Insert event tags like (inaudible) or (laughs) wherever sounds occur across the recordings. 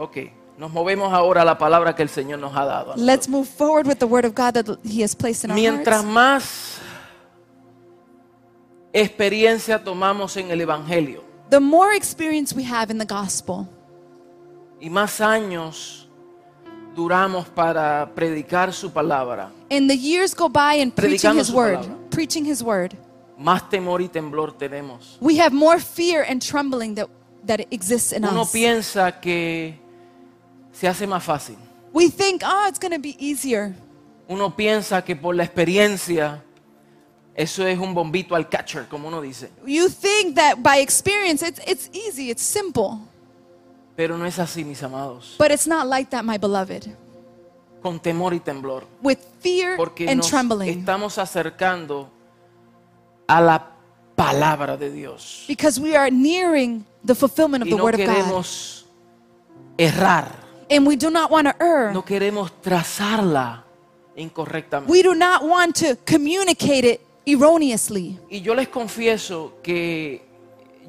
Ok, nos movemos ahora a la palabra que el Señor nos ha dado. a nosotros. Let's move forward with the word of God that He has placed in our Mientras hearts. más experiencia tomamos en el Evangelio The more experience we have in the gospel, y más años duramos para predicar su palabra, and the years go by in preaching Predicando His su word, palabra. preaching His word, más temor y temblor tenemos. we have more fear and trembling that, that exists in Uno us. piensa que se hace más fácil. We think, oh, it's going to be easier. Uno piensa que por la experiencia eso es un bombito al catcher, como uno dice. You think that by experience, it's, it's easy, it's simple. Pero no es así, mis amados. But it's not like that, my beloved. Con temor y temblor. With fear Porque and nos trembling, estamos acercando a la palabra de Dios. because we are nearing the fulfillment of Y the no word of God. queremos errar. And we do not want to err. No queremos trazarla incorrectamente. We do not want to communicate it erroneously. Y yo les confieso que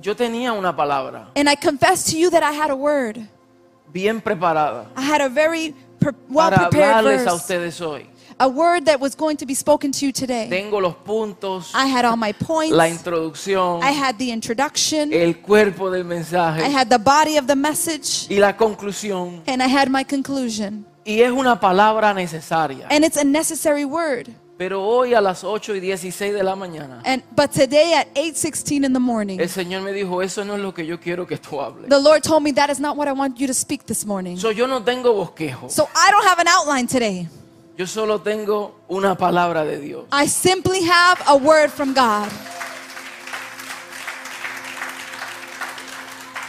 yo tenía una palabra And I confess to you that I had a word. bien preparada I had a very pre- well para prepared hablarles a verse. ustedes hoy. A word that was going to be spoken to you today. Tengo los puntos, I had all my la Eh, points. introducción, I had the introduction. el cuerpo del I mensaje had the body of the message. y la conclusión. And I had my conclusion. Y es una palabra necesaria. And it's a necessary word. Pero hoy a las 8 y 16 de la mañana, And but today at 8:16 in the morning, el Señor me dijo, eso no es lo que yo quiero que tú hables. the Lord told me that is not what I want you to speak this morning. So, yo no tengo bosquejo, So I don't have an outline today. yo solo tengo una palabra de Dios. I simply have a word from God.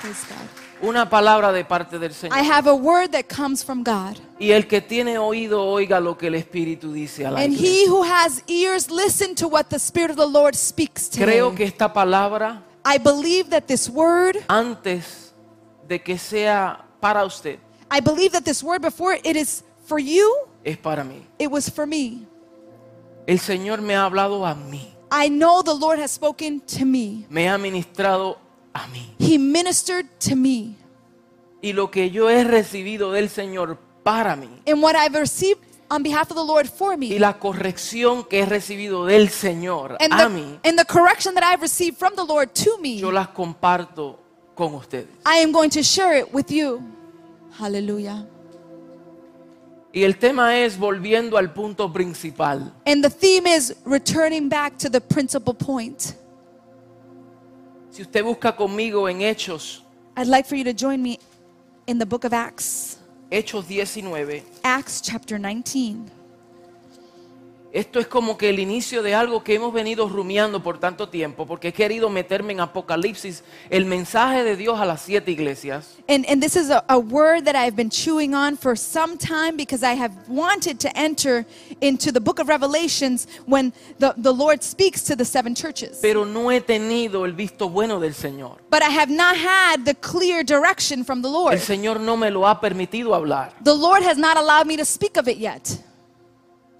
Praise God. Una palabra de parte del I Señor. have a word that comes from God. Y el que tiene oído, oiga lo que el Espíritu dice a la And iglesia. he who has ears, listen to what the Spirit of the Lord speaks Creo today. que esta palabra, I believe that this word, antes de que sea para usted, I believe that this word before it is for you, es para mí. it was for me. El Señor me ha hablado a mí, I know the Lord has spoken to me. me ha ministrado a mí. He ministered to me. Y lo que yo he recibido del Señor para mí. And what I've received on behalf of the Lord for me. y la corrección que he recibido del Señor and a the, mí, and the correction that I've received from the Lord to me, yo las comparto con ustedes. I am going to share it with you. Hallelujah. Y el tema es volviendo al punto principal. And the theme is returning back to the principal point. Si usted busca conmigo en Hechos, I'd like for you to join me in the book of Acts, Hechos 19, Acts chapter 19. esto es como que el inicio de algo que hemos venido rumiando por tanto tiempo, porque he querido meterme en Apocalipsis, el mensaje de Dios a las siete iglesias. And, and this is a, a word that I've been chewing on for some time because I have wanted to enter into the book of Revelations when the, the Lord speaks to the seven churches. Pero no he tenido el visto bueno del Señor. But I have not had the clear direction from the El Lord. Señor no me lo ha permitido hablar. The Lord has not allowed me to speak of it yet.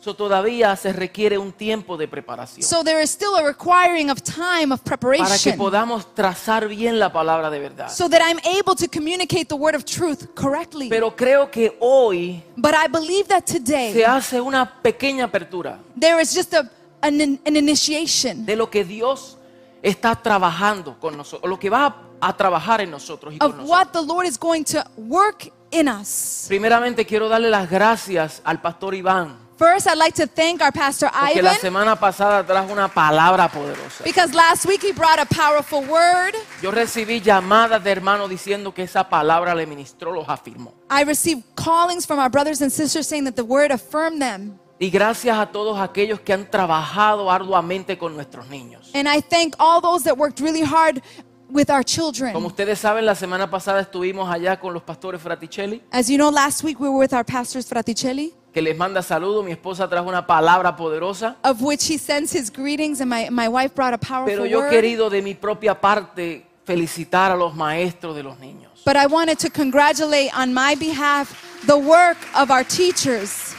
Eso todavía se requiere un tiempo de preparación. So there is still a requiring of time of para que preparation podamos trazar bien la palabra de verdad. so that I'm able to communicate the word of truth correctly. Pero creo que hoy But I believe that se today hace una pequeña apertura there is just a, an, an initiation de lo que Dios está trabajando con nosotros, o lo que va a, a trabajar en nosotros y con of nosotros. what the Lord is going to work in us. Primeramente quiero darle las gracias al pastor Iván, First, I'd like to thank our pastor porque la Ivan semana pasada trajo una palabra poderosa. because last week he brought a powerful word. Yo recibí llamadas de hermanos diciendo que esa palabra le ministró, los afirmó. I received callings from our brothers and sisters saying that the word affirmed them. Y gracias a todos aquellos que han trabajado arduamente con nuestros niños. And I thank all those that worked really hard with our Como children. ustedes saben, la semana pasada estuvimos allá con los pastores Fraticelli, As you know, last week we were with our pastors Fraticelli, que les manda saludos. Mi esposa trajo una palabra poderosa. of which he sends his greetings, and my, my wife brought a Pero yo powerful he word. querido de mi propia parte felicitar a los maestros de los niños. But I wanted to congratulate on my behalf the work of our teachers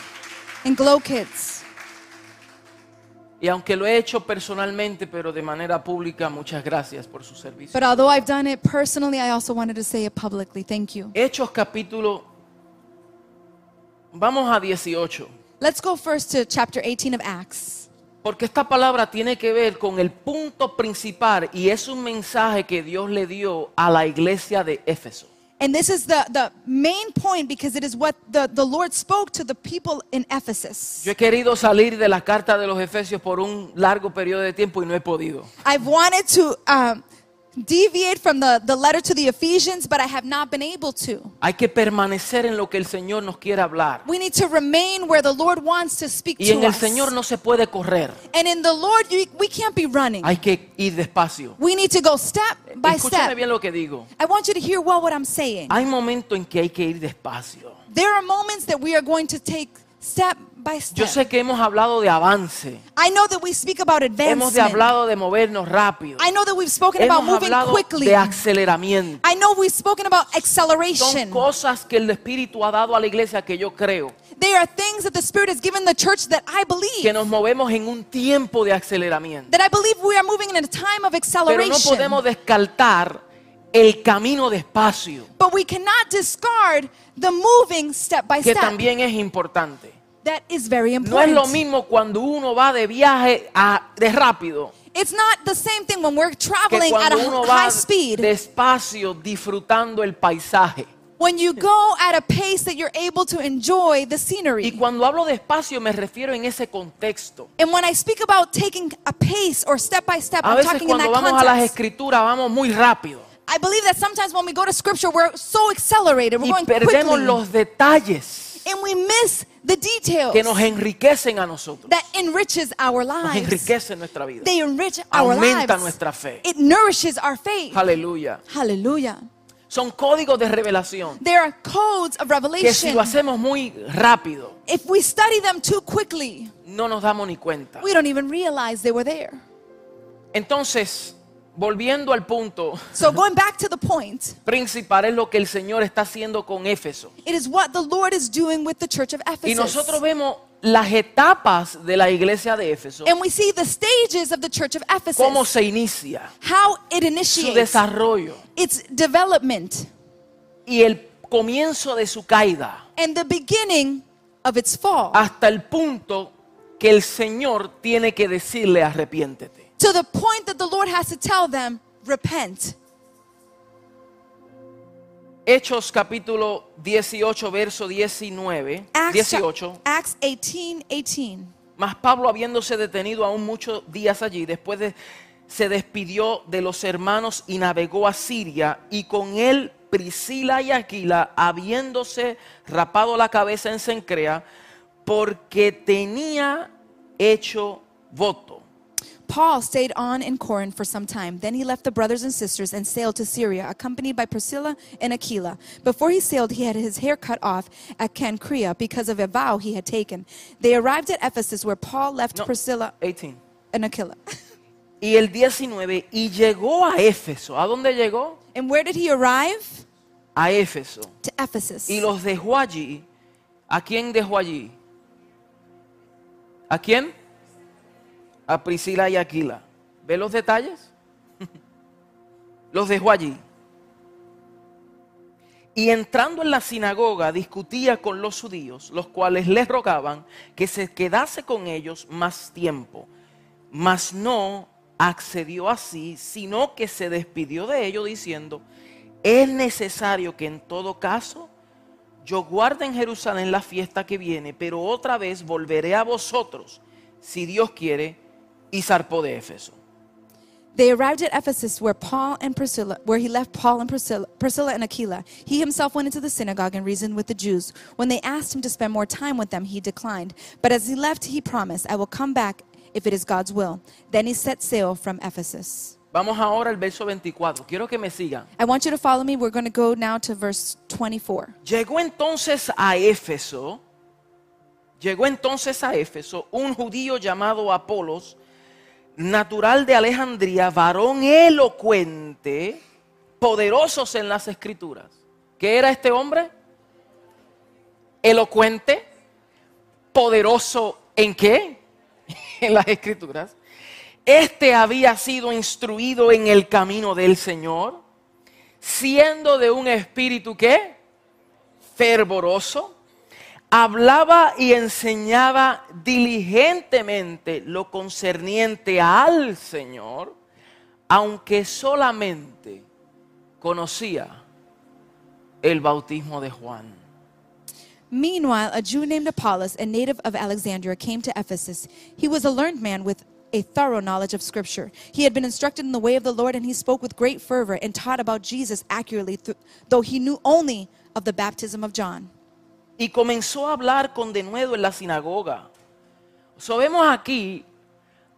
and Glow Kids. Y aunque lo he hecho personalmente, pero de manera pública, muchas gracias por su servicio. But although I've done it personally, I also wanted to say it publicly. Thank you. Hechos capítulo, vamos a 18, Let's go first to chapter 18 of Acts. porque esta palabra tiene que ver con el punto principal y es un mensaje que Dios le dio a la iglesia de Éfeso. And this is the, the main point because it is what the, the Lord spoke to the people in Ephesus. Yo he querido salir de la carta de los Efesios por un largo periodo de tiempo y no he podido. I've wanted to um, deviate from the, the letter to the Ephesians, but I have not been able to. Hay que permanecer en lo que el Señor nos quiere hablar. We need to remain where the Lord wants to speak Y to en el us. Señor no se puede correr. And in the Lord, you, we can't be running. Hay que ir despacio. we need to go step by Escúchame step. bien lo que digo. I want you to hear well what I'm saying. Hay momentos en que hay que ir despacio. there are moments that we are going to take step by Yo step. sé que hemos hablado de avance. I know that we speak about Hemos advancement. de hablado de movernos rápido. I know that we've spoken about Hemos moving hablado quickly. de aceleramiento. I know we've spoken about Son acceleration. cosas que el Espíritu ha dado a la iglesia que yo creo. There are things that the Spirit has given the church that I Que believe. nos movemos en un tiempo de aceleramiento. That I believe we are moving in a time of Pero no acceleration. podemos descartar el camino despacio. but we cannot discard the moving step by Que step. también es importante. that is very No es important. lo mismo cuando uno va de viaje a, de rápido It's not the same thing when we're que traveling at a cuando uno h- va high speed. despacio disfrutando el paisaje. when you go at a pace that you're able to enjoy the Y scenery. cuando hablo despacio me refiero en ese contexto. And when I speak about taking a pace or step by step, A I'm veces talking in cuando that vamos a context. las escrituras vamos muy rápido I believe that sometimes when we go to scripture, we're so accelerated, we're y going perdemos quickly, los detalles and we miss the details que nos enriquecen a nosotros, that enriches our nos lives. enriquecen nuestra vida, They enrich our aumenta lives. nuestra fe. It nourishes our faith. Aleluya. Hallelujah. Son códigos de revelación There are codes of que si revelation. lo hacemos muy rápido If we study them too quickly, no nos damos ni cuenta. we don't even realize they were there. Entonces, volviendo al punto So going back to the point, principal es lo que el Señor está haciendo con Éfeso. it is what the Lord is doing with the church of Y nosotros Ephesus. vemos las etapas de la iglesia de Éfeso, And we see the stages of the church of cómo Ephesus, se inicia, how it su initiates, desarrollo its development. y el comienzo de su caída and the beginning of its fall hasta el punto que el Señor tiene que decirle arrepiéntete. to the point that the Lord has to tell them, repent. Hechos capítulo 18, verso 19, Acts, chap- 18. Acts 18 18. Mas Pablo, habiéndose detenido aún muchos días allí, después de- se despidió de los hermanos y navegó a Siria, y con él Priscila y Aquila, habiéndose rapado la cabeza en Cencrea, porque tenía hecho voto. Paul stayed on in Corinth for some time. Then he left the brothers and sisters and sailed to Syria, accompanied by Priscilla and Aquila. Before he sailed, he had his hair cut off at Cancrea because of a vow he had taken. They arrived at Ephesus, where Paul left No. Priscilla 18. and Aquila. (laughs) Y el 19, y llegó a Éfeso. ¿A dónde llegó? and where did he arrive? A Éfeso. To Ephesus. Y los dejó allí. ¿A quién dejó allí? ¿A quién? A Priscila y Aquila. ¿Ve los detalles? (laughs) los dejó allí. Y entrando en la sinagoga discutía con los judíos, los cuales les rogaban que se quedase con ellos más tiempo. Mas no accedió así, sino que se despidió de ellos diciendo, es necesario que en todo caso yo guarde en Jerusalén la fiesta que viene, pero otra vez volveré a vosotros, si Dios quiere, y zarpó de Éfeso. They arrived at Ephesus where Paul and Priscilla where he left Paul and Priscilla, Priscilla and Aquila. He himself went into the synagogue and reasoned with the Jews. When they asked him to spend more time with them, he declined. But as he left, he promised, I will come back if it is God's will. Then he set sail from Ephesus. Vamos ahora al verso 24. Quiero que me sigan. I want you to follow me. We're going to go now to verse 24. Llegó entonces a Éfeso, llegó entonces a Éfeso un judío llamado Apolos, natural de Alejandría, varón elocuente, poderosos en las escrituras. ¿Qué era este hombre? Elocuente, poderoso en qué? (laughs) en las escrituras, este había sido instruido en el camino del Señor, siendo de un espíritu que fervoroso, hablaba y enseñaba diligentemente lo concerniente al Señor, aunque solamente conocía el bautismo de Juan. Meanwhile, a Jew named Apollos, a native of Alexandria, came to Ephesus. He was a learned man with a thorough knowledge of Scripture. He had been instructed in the way of the Lord, and he spoke with great fervor and taught about Jesus accurately, th- though he knew only of the baptism of John. y comenzó a hablar con denuedo en la sinagoga. So vemos aquí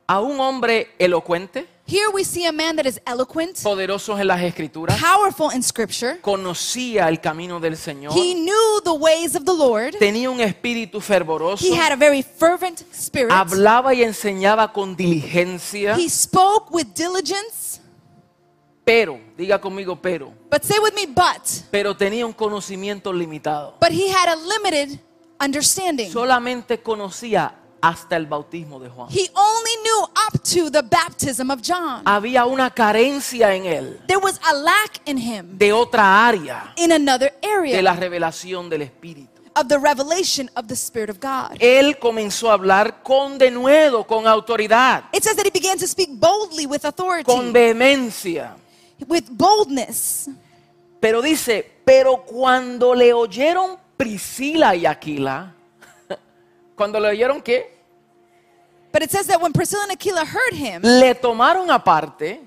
a un hombre elocuente, Here we see a man that is eloquent, poderoso en las escrituras, powerful in Scripture. conocía el camino del Señor, He knew the ways of the Lord. tenía un espíritu fervoroso, He had a very fervent spirit. hablaba y enseñaba con diligencia, He spoke with diligence. pero, diga conmigo pero, But say with me, but. pero tenía un conocimiento limitado. But he had a limited understanding. Solamente conocía hasta el bautismo de Juan. He only knew up to the baptism of John. Había una carencia en él There was a lack in him de otra área in another de area la revelación del Espíritu. of the revelation of the Spirit of God. él comenzó a hablar con denuedo, con autoridad, It says that he began to speak boldly with con authority, vehemencia. with boldness. Pero dice, pero cuando le oyeron Priscila y Aquila, (laughs) cuando le oyeron que But it says that when Priscilla and Aquila heard him, le tomaron aparte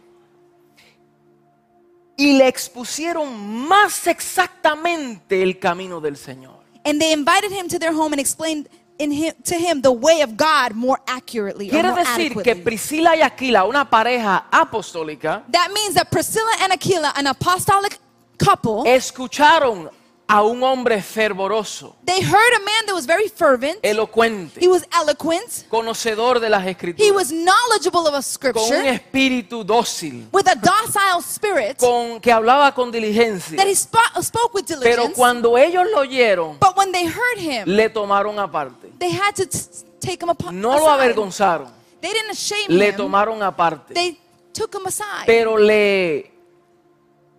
y le expusieron más exactamente el camino del Señor. and they invited him to their home and explained in him, to him the way of God more accurately. Or Quiere more decir que adequately. Priscila y Aquila, una pareja apostólica, That means that Priscilla and Aquila, an apostolic Eh, couple, escucharon a un hombre fervoroso, they heard a man that was very fervent. eh, elocuente, He was eloquent. conocedor de las He escrituras, was knowledgeable of a con un scripture espíritu dócil, with a docile spirit con que hablaba con diligencia. that he spo- spoke with Pero diligence. cuando ellos lo oyeron, But when they heard him, le tomaron aparte. they had to t- take him apo- No lo aside. avergonzaron, They didn't shame le him. tomaron aparte, They took him aside. pero le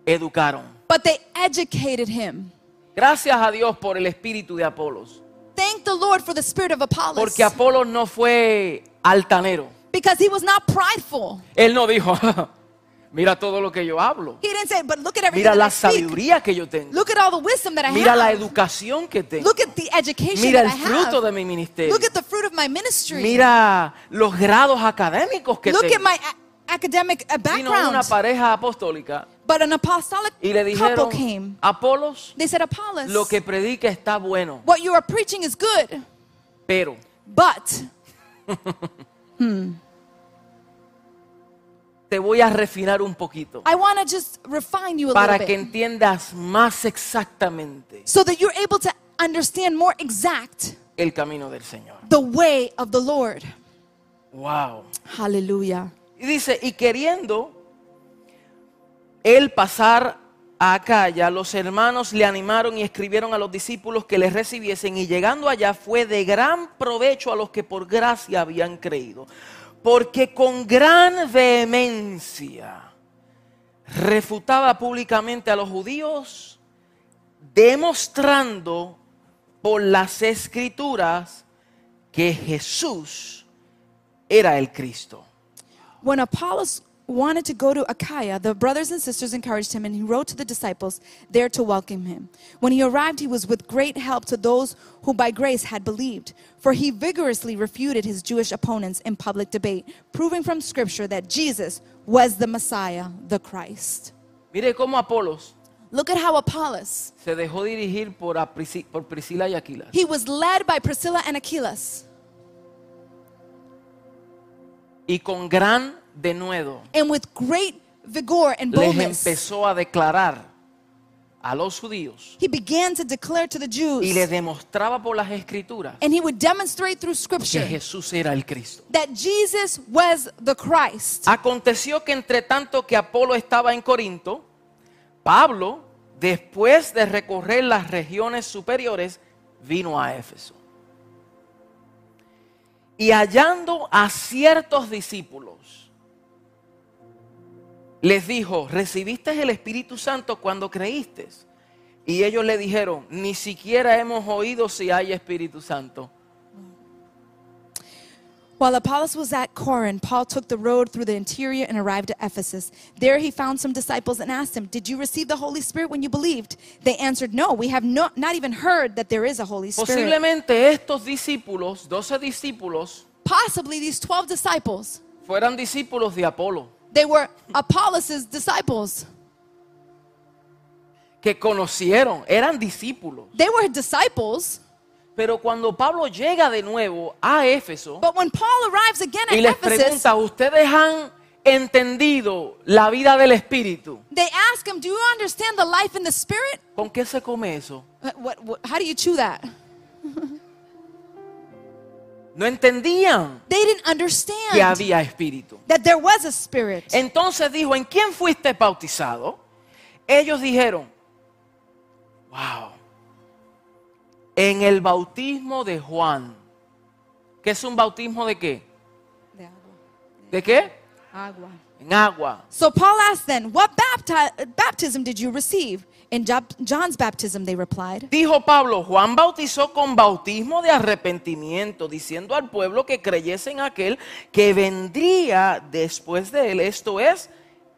educaron. But they educated him. Gracias a Dios por el espíritu de Apolos, Thank the Lord for the spirit of Apollos. porque Apolos no fue altanero. Because he was not prideful. Él no dijo, (laughs) mira todo lo que yo hablo, He didn't say, but look at everything mira that I la speak. sabiduría que yo tengo, Look at all the wisdom that I mira la have. educación que tengo. Look at the education Mira that el I have. fruto de mi ministerio. Look at the fruit of my ministry. Mira los grados académicos que Look at tengo. my a- academic uh, Vino background. una pareja apostólica but an apostolic y le couple dijeron, came. Apolos, They said, Apollos, lo que predica está bueno, what you are preaching is good, pero but te voy a refinar un poquito I want to just refine you a para little que bit entiendas más exactamente so that you're able to understand more exact el camino del Señor. the way of the Lord. Wow. Hallelujah. Y dice, y queriendo él pasar a Acaya, los hermanos le animaron y escribieron a los discípulos que les recibiesen y llegando allá fue de gran provecho a los que por gracia habían creído, porque con gran vehemencia refutaba públicamente a los judíos, demostrando por las escrituras que Jesús era el Cristo. When Apollos wanted to go to Achaia, the brothers and sisters encouraged him, and he wrote to the disciples there to welcome him. When he arrived, he was with great help to those who by grace had believed, for he vigorously refuted his Jewish opponents in public debate, proving from Scripture that Jesus was the Messiah, the Christ. Mire cómo Apolos Look at how Apollos, se dejó dirigir por, a Prisi- por Priscila y Aquila. he was led by Priscilla and Achilles, Y con gran denuedo and with great vigor and les boldness, empezó a declarar a los judíos he began to declare to the y les Jews, demostraba por las escrituras and he would demonstrate through que Scripture. Jesús era el Cristo. that Jesus was the Christ. Aconteció que entre tanto que Apolo estaba en Corinto, Pablo, después de recorrer las regiones superiores, vino a Éfeso. y hallando a ciertos discípulos, les dijo, ¿recibiste el Espíritu Santo cuando creíste? Y ellos le dijeron, ni siquiera hemos oído si hay Espíritu Santo. While Apollos was at Corinth, Paul took the road through the interior and arrived at Ephesus. There he found some disciples and asked them, Did you receive the Holy Spirit when you believed? They answered, No, we have not, not even heard that there is a Holy Spirit. Posiblemente estos discípulos, 12 discípulos, Possibly these 12 disciples, fueran discípulos de Apolo, they were Apollos' disciples. que conocieron, eran discípulos. They were disciples, Pero cuando Pablo llega de nuevo a Éfeso but when Paul arrives again at y les Ephesus, pregunta, ¿ustedes han entendido la vida del Espíritu? they ask him, Do you understand the life in the Spirit? ¿Con qué se come eso? Uh, What, what, how do you chew that? No entendían They didn't que understand había Espíritu. that there was a Spirit. Entonces dijo, ¿en quién fuiste bautizado? Ellos dijeron, wow, en el bautismo de Juan. ¿Qué es un bautismo de qué? ¿De qué? En agua. So Paul asked then, What bapti- baptism did you receive? In Job- John's baptism, they replied. Dijo Pablo, Juan bautizó con bautismo de arrepentimiento, diciendo al pueblo que creyese en aquel que vendría después de él, esto es,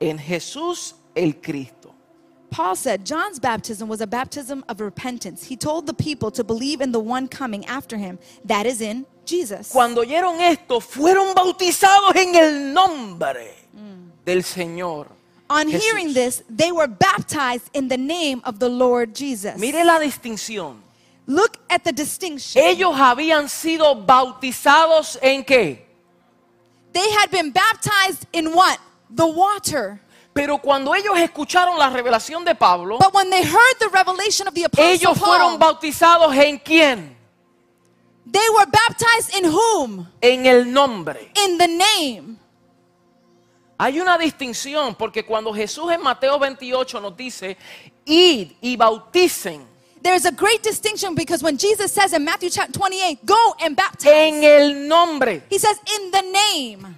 en Jesús el Cristo. Paul said, John's baptism was a baptism of repentance. He told the people to believe in the one coming after him, that is in Jesus. Cuando oyeron esto, fueron bautizados en el nombre del Señor. On Jesús. hearing this, they were baptized in the name of the Lord Jesus. Mire la distinción. Look at the distinction. Ellos habían sido bautizados en qué? They had been baptized in what? The water. Pero cuando ellos escucharon la revelación de Pablo, But when they heard the revelation of the apostle ellos fueron Paul, bautizados en quién? they were baptized in whom? En el nombre. In the name. Hay una distinción porque cuando Jesús en Mateo 28 nos dice, id y bauticen There's a great distinction because when Jesus says in Matthew chapter 28, go and baptize, en el nombre. he says in the name.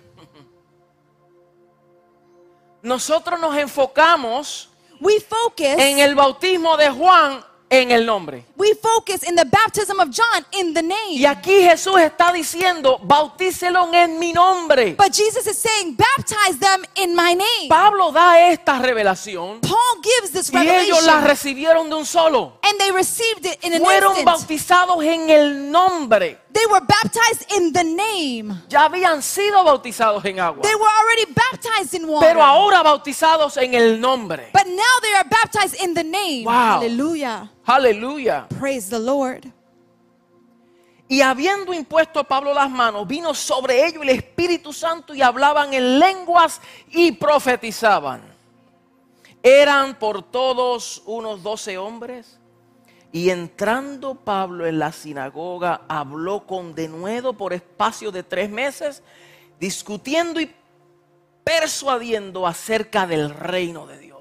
Nosotros nos enfocamos We focus en el bautismo de Juan en el nombre. we focus in the baptism of John in the name. Y aquí Jesús está diciendo, bautícelo en mi nombre. But Jesus is saying, baptize them in my name. Pablo da esta revelación Paul gives this y ellos la revelation recibieron de un solo. and they received it in an Fueron instant. bautizados en el nombre. They were baptized in the name. Ya habían sido bautizados en agua, They were already baptized in water. pero ahora bautizados en el nombre. But now they are baptized in the name. Wow. Hallelujah. Aleluya. Praise the Lord. Y habiendo impuesto a Pablo las manos, vino sobre ellos el Espíritu Santo y hablaban en lenguas y profetizaban. Eran por todos unos doce hombres. Y entrando Pablo en la sinagoga, habló con denuedo por espacio de tres meses, discutiendo y persuadiendo acerca del reino de Dios.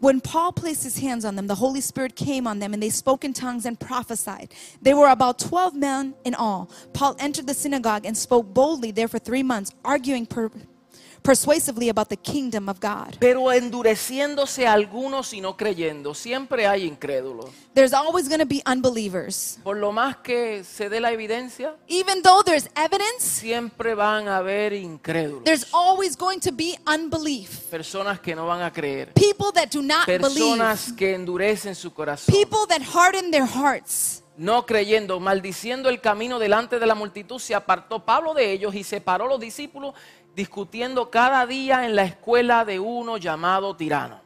When Paul placed his hands on them, the Holy Spirit came on them, and they spoke in tongues and prophesied. They were about 12 men in all. Paul entered the synagogue and spoke boldly there for three months, arguing per- persuasively about the kingdom of God. Pero endureciéndose algunos y no creyendo, siempre hay incrédulos. There's always going to be unbelievers. Por lo más que se dé la evidencia, Even though there's evidence, siempre van a haber incrédulos. there's always going to be unbelief. Personas que no van a creer. People that do not believe, Personas que endurecen su corazón. people that harden their hearts. No creyendo, maldiciendo el camino delante de la multitud, se apartó Pablo de ellos y separó los discípulos, discutiendo cada día en la escuela de uno llamado tirano.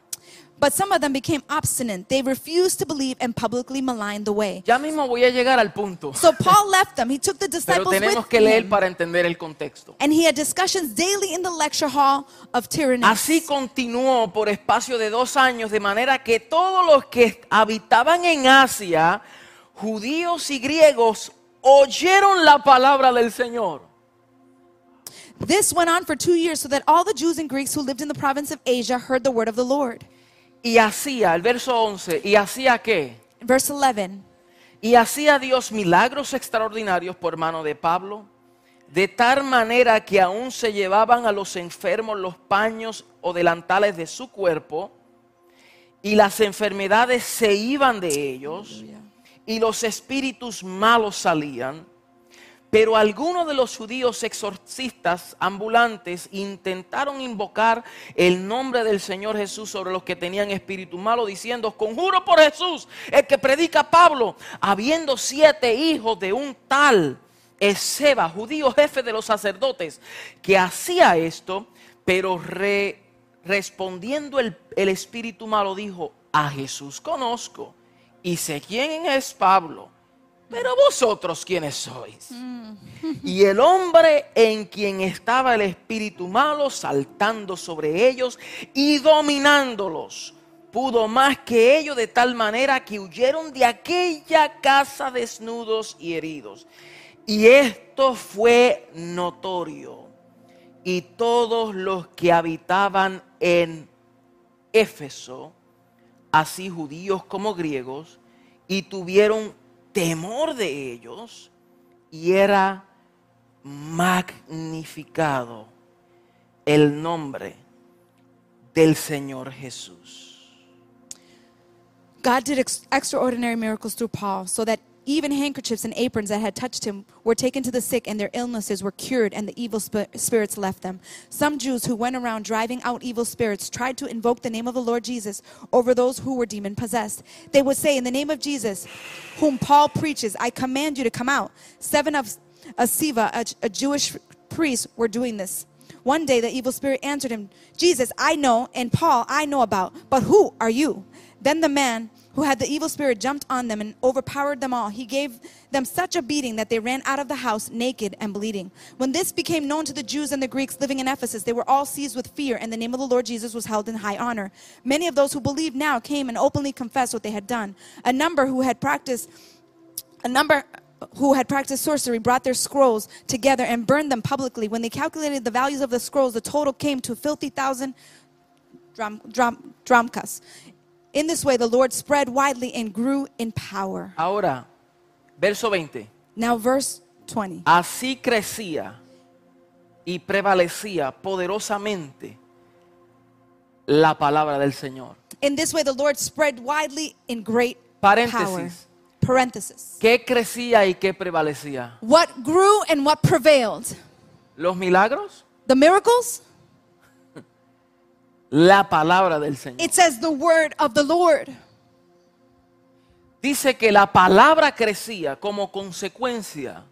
But some of them became obstinate. They refused to believe and publicly maligned the way. Ya mismo voy a llegar al punto, So Paul left them. He took the pero disciples tenemos with que leer him. para entender el contexto. And he had discussions daily in the lecture hall of Tyranny. Así continuó por espacio de dos años, de manera que todos los que habitaban en Asia, judíos y griegos, oyeron la palabra del Señor. This went on for two years so that all the Jews and Greeks who lived in the province of Asia heard the word of the Lord. Y hacía, el verso 11, ¿y hacía qué? Verse 11. Y hacía Dios milagros extraordinarios por mano de Pablo, de tal manera que aún se llevaban a los enfermos los paños o delantales de su cuerpo, y las enfermedades se iban de ellos, y los espíritus malos salían. Pero algunos de los judíos exorcistas ambulantes intentaron invocar el nombre del Señor Jesús sobre los que tenían espíritu malo, diciendo, conjuro por Jesús, el que predica Pablo, habiendo siete hijos de un tal Ezeba, judío jefe de los sacerdotes, que hacía esto, pero re- respondiendo el, el espíritu malo dijo, a Jesús conozco y sé quién es Pablo, pero vosotros quiénes sois. Y el hombre en quien estaba el espíritu malo saltando sobre ellos y dominándolos, pudo más que ellos de tal manera que huyeron de aquella casa desnudos y heridos. Y esto fue notorio. Y todos los que habitaban en Éfeso, así judíos como griegos, y tuvieron temor de ellos, y era magnificado el nombre del Señor Jesús. God did ex- extraordinary miracles through Paul, so that even handkerchiefs and aprons that had touched him were taken to the sick, and their illnesses were cured, and the evil sp- spirits left them. Some Jews who went around driving out evil spirits tried to invoke the name of the Lord Jesus over those who were demon possessed. They would say, In the name of Jesus, whom Paul preaches, I command you to come out. Seven of a Siva, a, a Jewish priest, were doing this. One day the evil spirit answered him, Jesus, I know, and Paul, I know about, but who are you? Then the man who had the evil spirit jumped on them and overpowered them all. He gave them such a beating that they ran out of the house naked and bleeding. When this became known to the Jews and the Greeks living in Ephesus, they were all seized with fear, and the name of the Lord Jesus was held in high honor. Many of those who believed now came and openly confessed what they had done. A number who had practiced a number who had practiced sorcery brought their scrolls together and burned them publicly. When they calculated the values of the scrolls, the total came to a filthy thousand dram, dram, dramkas. In this way, the Lord spread widely and grew in power. Ahora, verso 20. Now, verse 20. Así crecía y prevalecía poderosamente la palabra del Señor. In this way, the Lord spread widely in great power. Paréntesis. Parenthesis. ¿Qué crecía y qué prevalecía? What grew and what prevailed? ¿Los milagros? The miracles? La palabra del Señor. It says the word of the Lord. Dice que la palabra crecía como consecuencia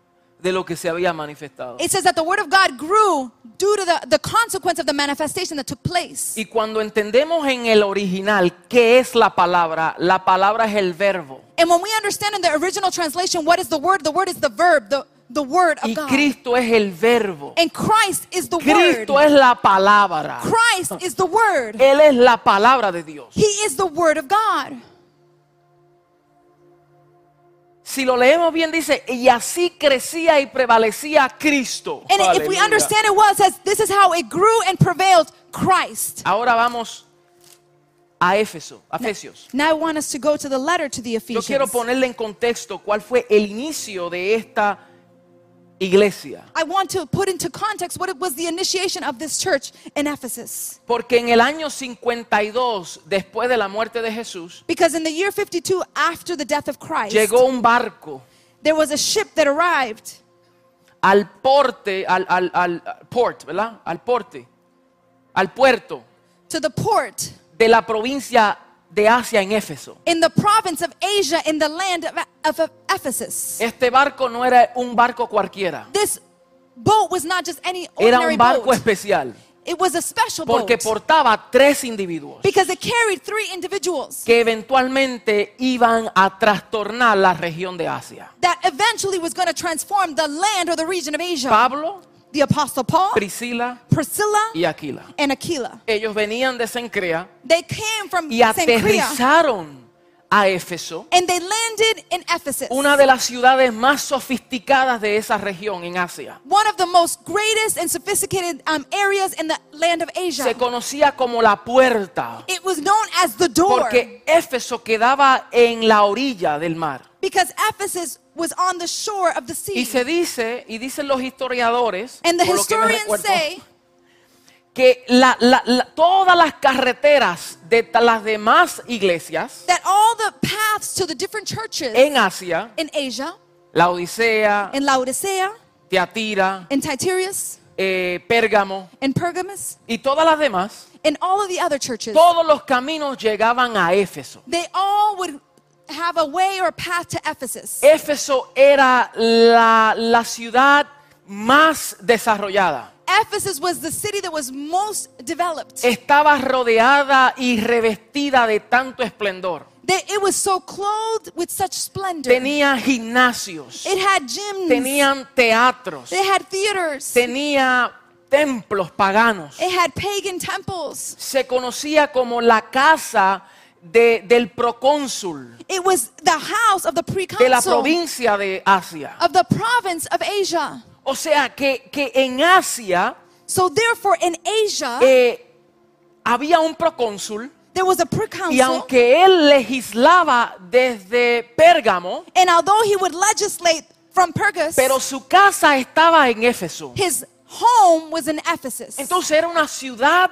de lo que se había manifestado. It says that the word of God grew due to the, the consequence of the manifestation that took place. Y cuando entendemos en el original qué es la palabra, la palabra es el verbo. And when we understand in the original translation what is the word, the word is the verb, the, the word of Y God. Cristo es el verbo. and Christ is the Cristo word. es la palabra. Christ is the word. Él es la palabra de Dios. He is the word of God. Si lo leemos bien dice, y así crecía y prevalecía Cristo. And if we Aleluya. understand it well, it says this is how it grew and prevailed Christ. Ahora vamos a Éfeso, a Efesios. Now I want us to go to the letter to the Yo Ephesians. quiero ponerle en contexto cuál fue el inicio de esta iglesia. I want to put into context what it was the initiation of this church in Ephesus. Porque en el año 52, después de la muerte de Jesús, Because in the year 52 after the death of Christ, llegó un barco there was a ship that arrived al porte, al, al, al- al port, ¿verdad? Al porte, al puerto to the port de la provincia de Asia en Éfeso. in the province of Asia in the land of, of Ephesus. Este barco no era un barco cualquiera, This boat was not just any era ordinary un barco boat. especial, It was a special porque boat portaba tres individuos. because it carried three individuals. que eventualmente iban a trastornar la región de Asia. that eventually was going to transform the land or the region of Asia. Pablo, The Apostle Paul, Priscila Priscilla, y Aquila. and Aquila. Ellos venían de Sencrea They came from y Sancrea aterrizaron a Éfeso, and they landed in Ephesus, una de las ciudades más sofisticadas de esa región en Asia. one of the most greatest and sophisticated um, areas in the land of Asia. Se conocía como la puerta, It was known as the door porque Éfeso quedaba en la orilla del mar. because Ephesus was on the shore of the sea. Y se dice, y dicen los historiadores, and the por lo que me historians recuerdo, say que la- la- la- todas las carreteras de ta- las demás iglesias that all the paths to the different churches en Asia, in Asia, la Odisea, in Laodicea, Teatira, in Tityrus, eh, Pérgamo in Pergamus, y todas las demás, in all of the other churches, todos los caminos llegaban a Éfeso. they all would have a way or a path to Ephesus. Eh. Éfeso era la, la ciudad más desarrollada. Ephesus was the city that was most developed. Eh. Estaba rodeada y revestida de tanto esplendor. That it was so clothed with such splendor. Tenía gimnasios, it had gyms. tenían teatros, they had theaters. tenía templos paganos. it had pagan temples. Se conocía como la casa de- del procónsul It was the house of the de la proconsul provincia de Asia. of the province of Asia. O sea que, que en Asia So therefore, in Asia, eh, había un procónsul there was y a proconsul. aunque él legislaba desde Pérgamo, And although he would legislate from Pergus, pero su casa estaba en Éfeso. his home was in Ephesus. Entonces era una ciudad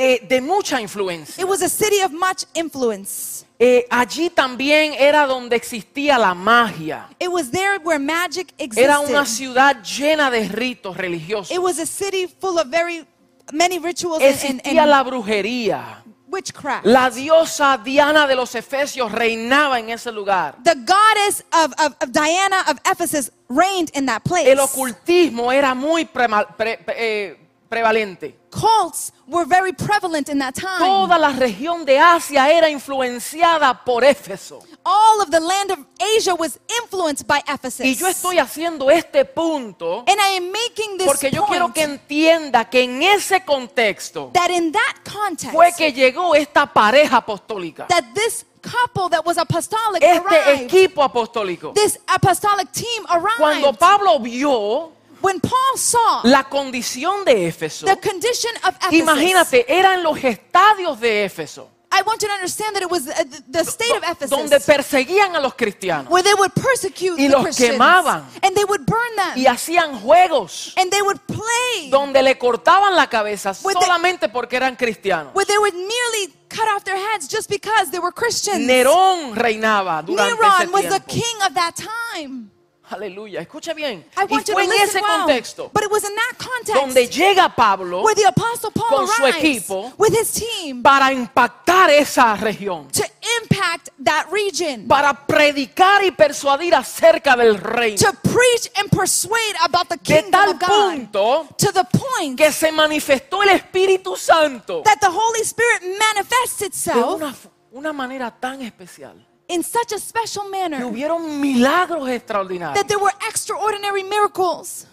eh, de mucha influencia. it was a city of much influence. Eh, allí también era donde existía la magia. It was there where magic existed. Era una ciudad llena de ritos religiosos. It was a city full of very many rituals and, and- Existía and la brujería. witchcraft. La diosa Diana de los Efesios reinaba en ese lugar. the goddess of, of, of Diana of Ephesus reigned in that place. El ocultismo era muy prema- pre- pre- eh, prevalente. Cults were very prevalent in that time. Toda la región de Asia era influenciada por Éfeso. All of the land of Asia was influenced by Ephesus. Y yo estoy haciendo este punto and I am making this porque yo point quiero que entienda que en ese contexto that in that context, fue que llegó esta pareja apostólica, that this couple that was apostolic este arrived, equipo apostólico. this apostolic team arrived. Cuando Pablo vio when Paul saw la condición de Éfeso, the condition of Ephesus, imagínate, eran los estadios de Éfeso. I want you to understand that it was uh, the, the state of Ephesus donde perseguían a los cristianos where they would persecute Y the los Christians quemaban. and they would burn them y hacían juegos and they would play donde le cortaban la cabeza With the- solamente porque eran cristianos. where they would merely cut off their heads just because they were Christians. Nerón reinaba durante Neron was ese the tiempo. king of that time. Aleluya, escucha bien. I Y want you fue to en listen ese well. contexto But it was in that context donde llega Pablo where the apostle Paul con su arrives equipo with his team para impactar esa región, to impact that region. para predicar y persuadir acerca del reino, to preach and persuade about the de kingdom tal of God punto to the point que se manifestó el Espíritu Santo that the Holy Spirit manifests de itself una, una manera tan especial. in such a special manner Y hubieron milagros that extraordinarios. there were extraordinary miracles.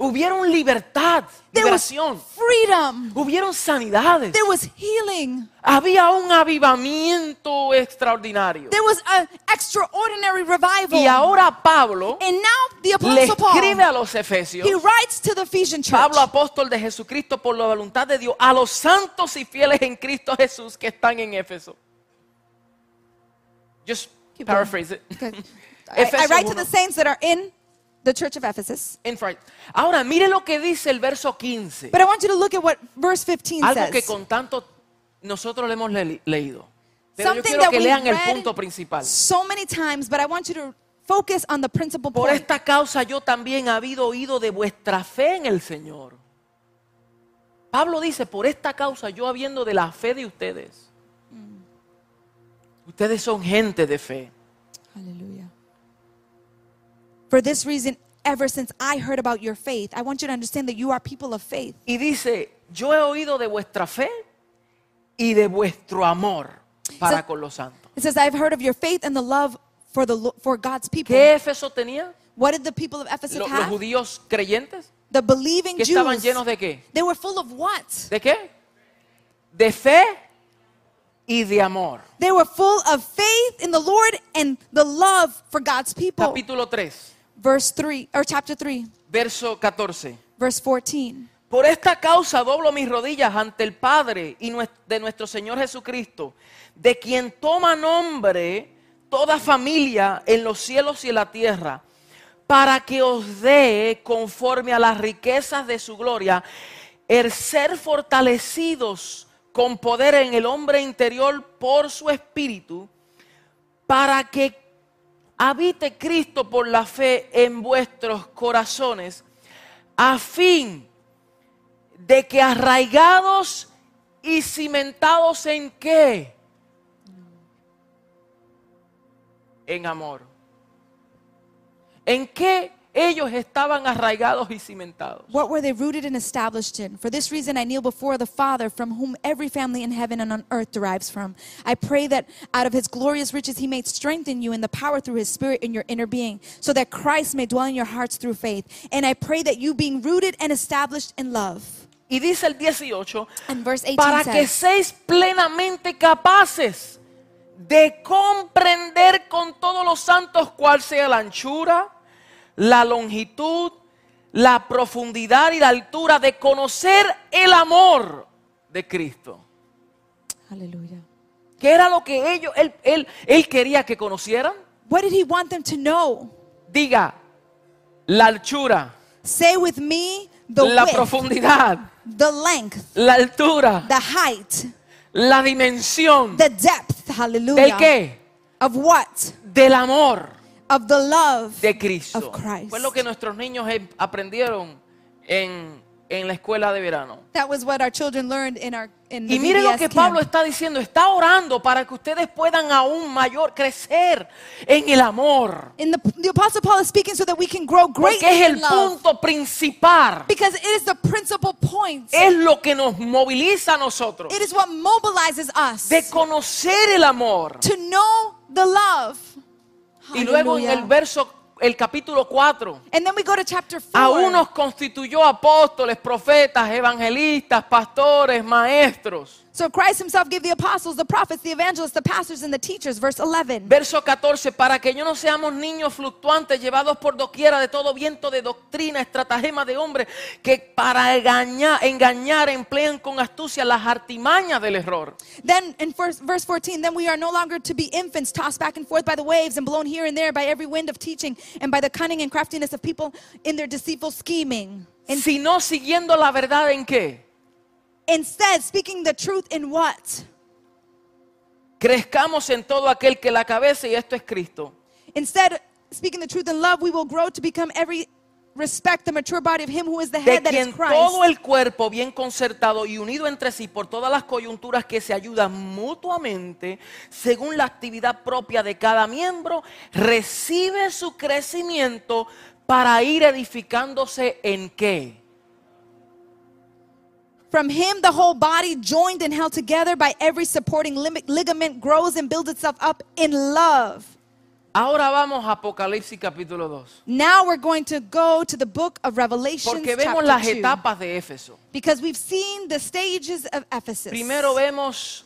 Hubieron libertad, There was liberación. freedom. Hubieron sanidades. There was healing. Había un avivamiento extraordinario. There was an extraordinary revival. Y ahora Pablo and now the le Apostle escribe Paul, a los Efesios, he writes to the Ephesian church, Pablo apóstol de Jesucristo por la voluntad de Dios, a los santos y fieles en Cristo Jesús que están en Éfeso. Just Keep going. paraphrase it. (laughs) Okay. I, I Efesios write to 1. the saints that are in the church of Ephesus. In fact, Ahora mire lo que dice el verso 15. But I want you to look at what verse 15 Algo says. que con tanto nosotros le hemos le- leído. Pero yo Something quiero that que we lean el read punto principal. so many times, but I want you to focus on the principal Por point. esta causa yo también habido oído de vuestra fe en el Señor. Pablo dice, por esta causa yo habiendo de la fe de ustedes. Ustedes son gente de fe. Hallelujah. For this reason, ever since I heard about your faith, I want you to understand that you are people of faith. Y dice, yo he oído de vuestra fe y de vuestro amor para So- con los santos. It says, I've heard of your faith and the love for, the, lo- for God's people. ¿Qué Éfeso tenía? What did the people of Ephesus Lo- los have? judíos creyentes. the believing ¿Que Jews. estaban llenos de qué? They were full of what? ¿De qué? De fe y de amor. They were full of faith in the Lord and the love for God's people. Capítulo 3, Verse 3, or chapter 3, verso 14. verse 14. Por esta causa doblo mis rodillas ante el Padre y nues- de nuestro Señor Jesucristo, de quien toma nombre toda familia en los cielos y en la tierra, para que os dé conforme a las riquezas de su gloria el ser fortalecidos con poder en el hombre interior por su espíritu, para que habite Cristo por la fe en vuestros corazones, a fin de que arraigados y cimentados en qué? En amor. ¿En qué ellos estaban arraigados y cimentados? What were they rooted and established in? For this reason, I kneel before the Father, from whom every family in heaven and on earth derives from. I pray that out of his glorious riches he may strengthen you in the power through his Spirit in your inner being, so that Christ may dwell in your hearts through faith. And I pray that you, being rooted and established in love. Y dice el 18, And verse 18 para que says, seáis plenamente capaces de comprender con todos los santos cuál sea la anchura, la longitud, la profundidad y la altura, de conocer el amor de Cristo. Hallelujah. ¿Qué era lo que ellos, él, él, él quería que conocieran? What did he want them to know? Diga, la anchura, Say with me the la width, profundidad, the length, la altura, the height, la dimensión. the depth. ¿Del Hallelujah. qué? Of what? Del amor. Of the love. de Cristo. Of Christ. Fue lo que nuestros niños em- aprendieron en, en la escuela de verano. That was what our children learned in our in the Y mire lo VBS que camp. Pablo está diciendo, está orando para que ustedes puedan aún mayor crecer en el amor, In the, the apostle Paul is speaking so that we can grow great porque es in el love punto principal, because it is the principal point. es lo que nos moviliza a nosotros, it is what mobilizes us de conocer el amor. to know the love. Y luego en Hallelujah. el verso, el capítulo 4. and then we go to chapter 4. A unos constituyó apóstoles, profetas, evangelistas, pastores, maestros. so Christ himself gave the apostles, the prophets, the evangelists, the pastors and the teachers verse 11. Verso 14, para que yo no seamos niños fluctuantes llevados por doquiera de todo viento de doctrina, estratagema de hombres que para engañar, engañar emplean con astucia las artimañas del error. Then in first, verse 14, then we are no longer to be infants tossed back and forth by the waves and blown here and there by every wind of teaching and by the cunning and craftiness of people in their deceitful scheming. In- Sino siguiendo la verdad en qué? instead, speaking the truth in what? Crezcamos en todo aquel que la cabeza, y esto es Cristo, Instead, speaking the truth in love, we will grow to become every respect the mature body of him who is the de head that is quien todo Christ. el cuerpo bien concertado y unido entre sí por todas las coyunturas que se ayudan mutuamente según la actividad propia de cada miembro, recibe su crecimiento para ir edificándose en qué? From him, the whole body, joined and held together by every supporting lim- ligament, grows and builds itself up in love. Ahora vamos a Apocalipsis capítulo 2, Now we're going to go to the book of Revelation. porque vemos las chapter 2. etapas de Éfeso. Because we've seen the stages of Ephesus. Primero vemos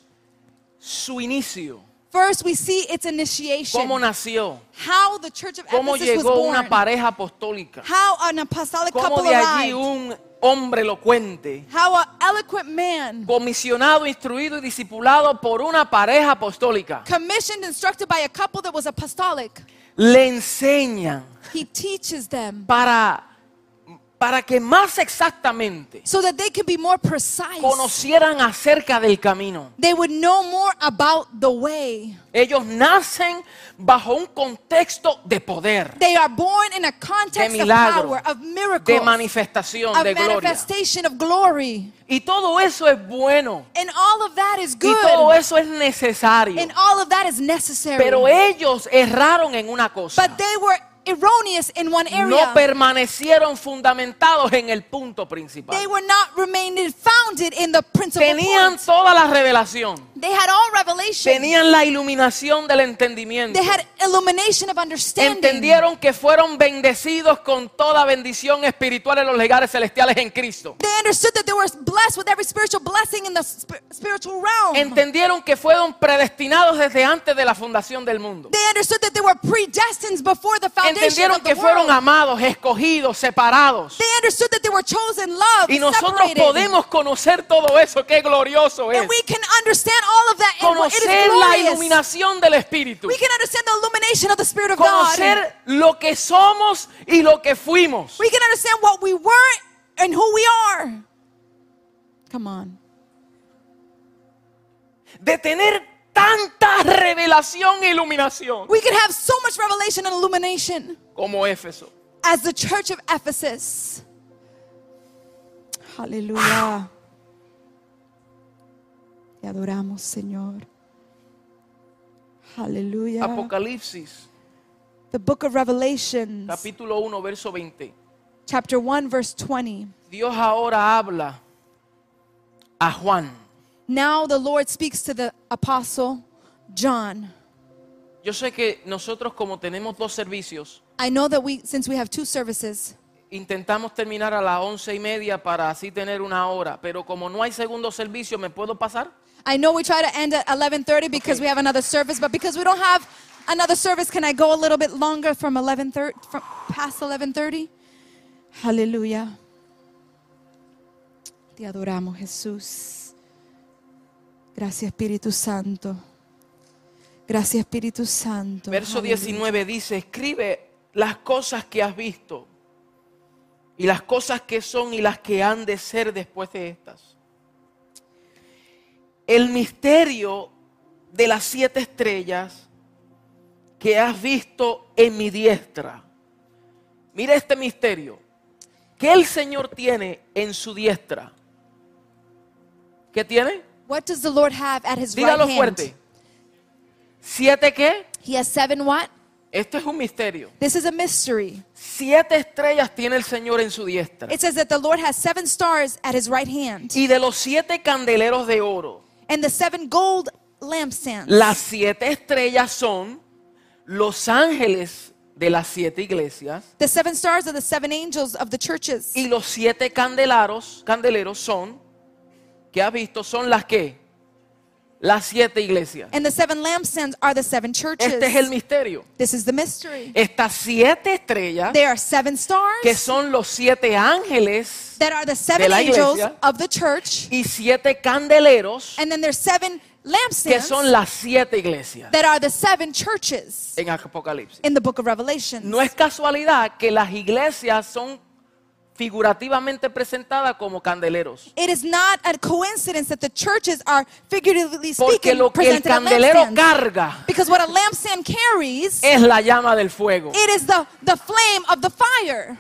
su inicio, First, we see its initiation. cómo nació, how the church of cómo Ephesus was llegó una born. pareja apostólica, how an apostolic cómo couple de allí arrived. un hombre elocuente how an eloquent man, comisionado, instruido y discipulado por una pareja apostólica. commissioned, instructed by a couple that was apostolic, Le enseñan he teaches them para, para que más exactamente so that they can be more precise. conocieran acerca del camino. They would know more about the way. Ellos nacen bajo un contexto de poder, They are born in a context of milagro, power, of miracles, de manifestación, of de gloria. manifestation of glory. Y todo eso es bueno. And all of that is Y good. todo eso es necesario. And all of that is necessary. Pero ellos erraron en una cosa. but they were erroneous in one No area. permanecieron fundamentados en el punto They principal. were not remained founded in the principle Tenían point. toda la revelación. They had all revelation. Tenían la iluminación del entendimiento. They had illumination of understanding. Entendieron que fueron bendecidos con toda bendición espiritual en los lugares celestiales en Cristo. They understood that they were blessed with every spiritual blessing in the sp- spiritual realm. Entendieron que fueron predestinados desde antes de la fundación del mundo. They understood that they were predestined before the foundation Entendieron of the que fueron world. amados, escogidos, separados. They understood that they were chosen, loved, Y nosotros separated. podemos conocer todo eso, qué glorioso es. And we can understand all of that. And it Conocer la is glorious. iluminación del Espíritu. We can understand the illumination of the Spirit of God. Conocer lo que somos y lo que fuimos. We can understand what we were and who we are. Come on. De tener tanta revelación e iluminación We can have so much revelation and illumination como Éfeso. as the church of Ephesus. Hallelujah. Te adoramos, Señor. Hallelujah. Apocalipsis, The book of Revelations, capítulo 1, verso 20. chapter 1, verse 20. Dios ahora habla a Juan. Now the Lord speaks to the apostle John. Yo sé que nosotros como tenemos dos servicios, I know that we, since we have two services, intentamos terminar a las once y media para así tener una hora, pero como no hay segundo servicio, ¿me puedo pasar? I know we try to end at 11:30 because Okay. we have another service, but because we don't have another service, can I go a little bit longer from 11:30 from past 11:30? Hallelujah. Te adoramos, Jesús. Gracias, Espíritu Santo. Gracias, Espíritu Santo. Verso Hallelujah. 19 dice, escribe las cosas que has visto y las cosas que son y las que han de ser después de estas. El misterio de las siete estrellas que has visto en mi diestra. Mira este misterio que el Señor tiene en su diestra. ¿Qué tiene? What does the Lord have at his Dígalo right hand? fuerte. ¿Siete qué? He has seven what? Esto es un misterio. This is a mystery. Siete estrellas tiene el Señor en su diestra. It says that the Lord has seven stars at his right hand. Y de los siete candeleros de oro, and the seven gold lampstands. las siete estrellas son los ángeles de las siete iglesias. the seven stars are the seven angels of the churches. Y los siete candelaros, candeleros son, que has visto, son las que? Las siete iglesias. And the seven lampstands are the seven churches. Este es el misterio. this is the mystery. Estas siete estrellas, There are seven stars que son los siete ángeles that are the seven la angels iglesia. of the church. y siete candeleros, And then there's seven que lampstands son las siete iglesias that are the seven churches en Apocalipsis. in the book of Revelation. No es casualidad que las iglesias son figurativamente presentadas como candeleros. it is not a coincidence that the churches are figuratively Porque speaking lo que el presented as candelero lampstands. carga Because what a lampstand carries es la llama del fuego. It is the, the flame of the fire.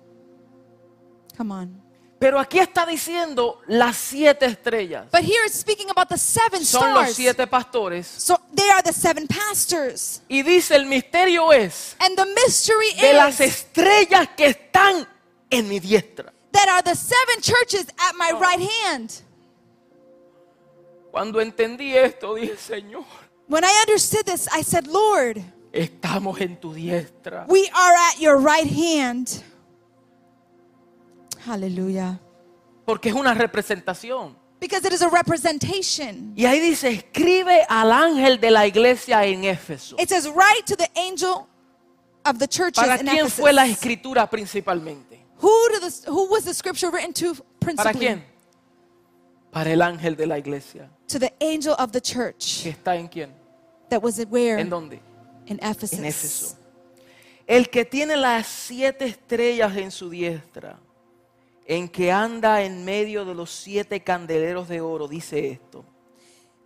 Hmm. Come on. Pero aquí está diciendo las siete estrellas. But here it's speaking about the seven Son los stars. siete pastores. So they are the seven pastors. Y dice, el misterio es And the mystery de las is estrellas que están en mi diestra. that are the seven churches at Oh. my right hand. Cuando entendí esto, dije, Señor, When I understood this, I said, Lord, estamos en tu diestra. we are at your right hand. Hallelujah. Porque es una representación. Because it is a representation. Y ahí dice, escribe al ángel de la iglesia en Éfeso. It says, write to the angel of the churches ¿Para in quién Ephesus. fue la escritura principalmente? Who, do the, who was the scripture written to ¿Para principally? quién? Para el ángel de la iglesia. To the angel of the ¿Que church está en quién? that was at where? ¿En dónde? In Ephesus. En Éfeso. El que tiene las siete estrellas en su diestra, en que anda en medio de los siete candeleros de oro, dice esto.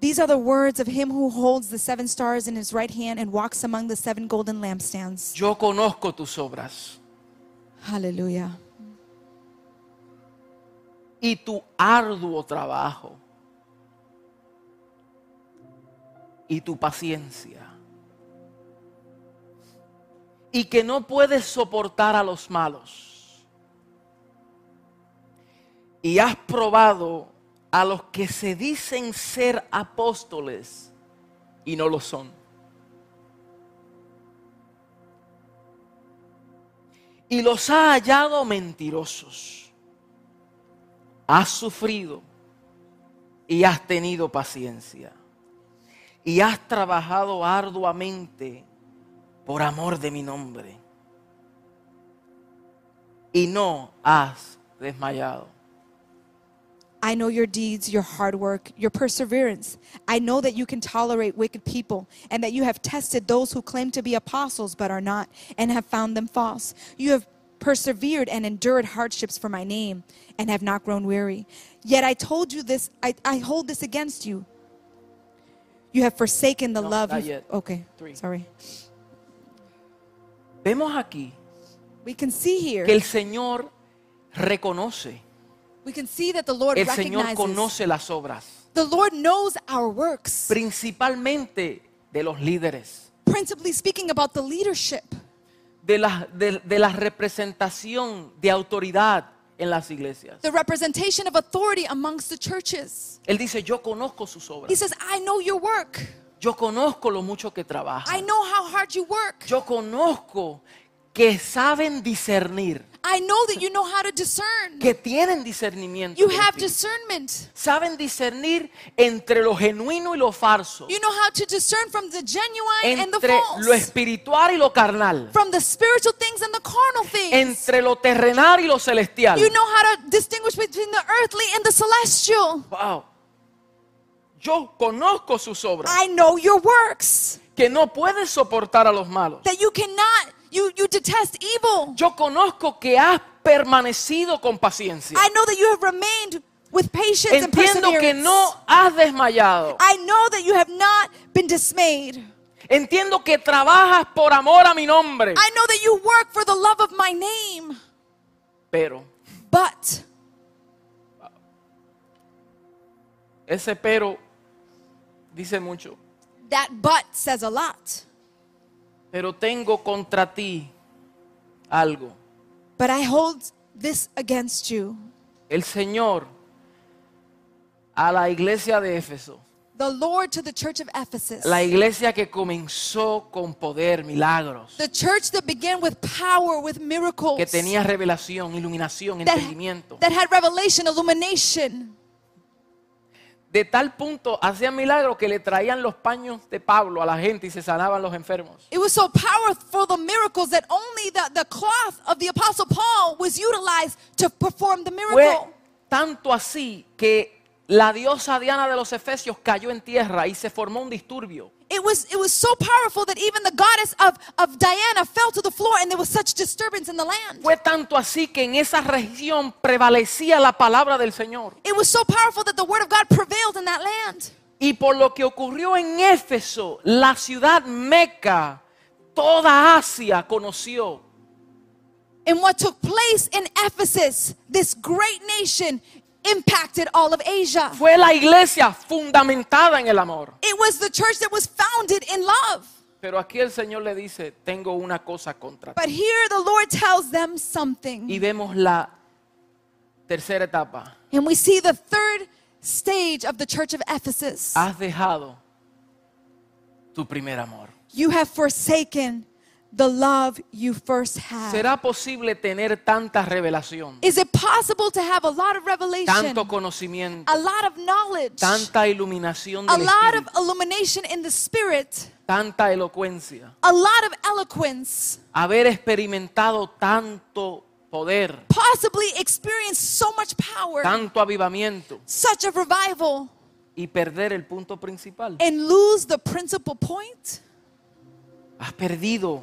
These are the words of him who holds the seven stars in his right hand and walks among the seven golden lampstands. Yo conozco tus obras Hallelujah. y tu arduo trabajo y tu paciencia y que no puede soportar a los malos. Y has probado a los que se dicen ser apóstoles y no lo son. Y los ha hallado mentirosos. Has sufrido y has tenido paciencia. Y has trabajado arduamente por amor de mi nombre. Y no has desmayado. I know your deeds, your hard work, your perseverance. I know that you can tolerate wicked people, and that you have tested those who claim to be apostles but are not, and have found them false. You have persevered and endured hardships for my name, and have not grown weary. Yet I told you this, I, I hold this against you. You have forsaken the No, love. not you've- yet. Okay, Three. sorry. Vemos aquí We can see here, que el Señor reconoce, we can see that the Lord el Señor recognizes. conoce las obras, The Lord knows our works. principalmente de los líderes, Principally speaking about the leadership, de la, de- de la representación de autoridad en las iglesias. the representation of authority amongst the churches. Él dice, yo conozco sus He obras, says, I know your work. yo conozco lo mucho que I trabajan, know how hard you work. yo conozco que saben discernir, I know that you know how to discern. que tienen discernimiento. You del have Espíritu. discernment. Saben discernir entre lo genuino y lo falso, You know how to discern from the genuine and the entre lo false, espiritual y lo carnal, from the spiritual things and the carnal things. entre lo terrenal y lo celestial. You know how to distinguish between the earthly and the celestial. Wow. Yo conozco sus obras, I know your works, que no puedes soportar a los malos. that you cannot, you, you detest evil. Yo conozco que has permanecido con paciencia. I know that you have remained with patience and Entiendo perseverance. que no has desmayado. I know that you have not been dismayed. Entiendo que trabajas por amor a mi nombre. I know that you work for the love of my name. Pero, But ese pero dice mucho. that but says a lot. Pero tengo contra ti algo. But I hold this against you. El Señor a la iglesia de Éfeso, The Lord to the church of Ephesus. la iglesia que comenzó con poder, milagros, the church that began with power, with miracles. que tenía revelación, iluminación, entendimiento. that, that had revelation, illumination. De tal punto hacían milagros que le traían los paños de Pablo a la gente y se sanaban los enfermos. It was so powerful, the miracles, that only the, the cloth of the Apostle Paul was utilized to perform the miracle. Fue tanto así que la diosa Diana de los Efesios cayó en tierra y se formó un disturbio. It was, it was so powerful that even the goddess of, of Diana fell to the floor and there was such disturbance in the land. Fue tanto así que en esa región prevalecía la palabra del Señor. It was so powerful that the word of God prevailed in that land. Y por lo que ocurrió en Éfeso, la ciudad Meca, toda Asia conoció And what took place in Ephesus, this great nation, impacted all of Asia. fue la iglesia fundamentada en el amor. It was the church that was founded in love. Pero aquí el Señor le dice, tengo una cosa contra ti. But here the Lord tells them Y something. vemos la tercera etapa. And we see the third stage of the church of Ephesus. Has dejado tu primer amor. You have forsaken the love you first had. ¿Será posible tener tanta revelación, Is it possible to have a lot of revelation, tanto conocimiento, a lot of knowledge, a tanta iluminación del lot of Espíritu, illumination in the spirit, tanta elocuencia, a lot of eloquence, haber experimentado tanto poder, possibly experience so much power, tanto avivamiento such a revival, y perder el punto principal? and lose the principal point? Has perdido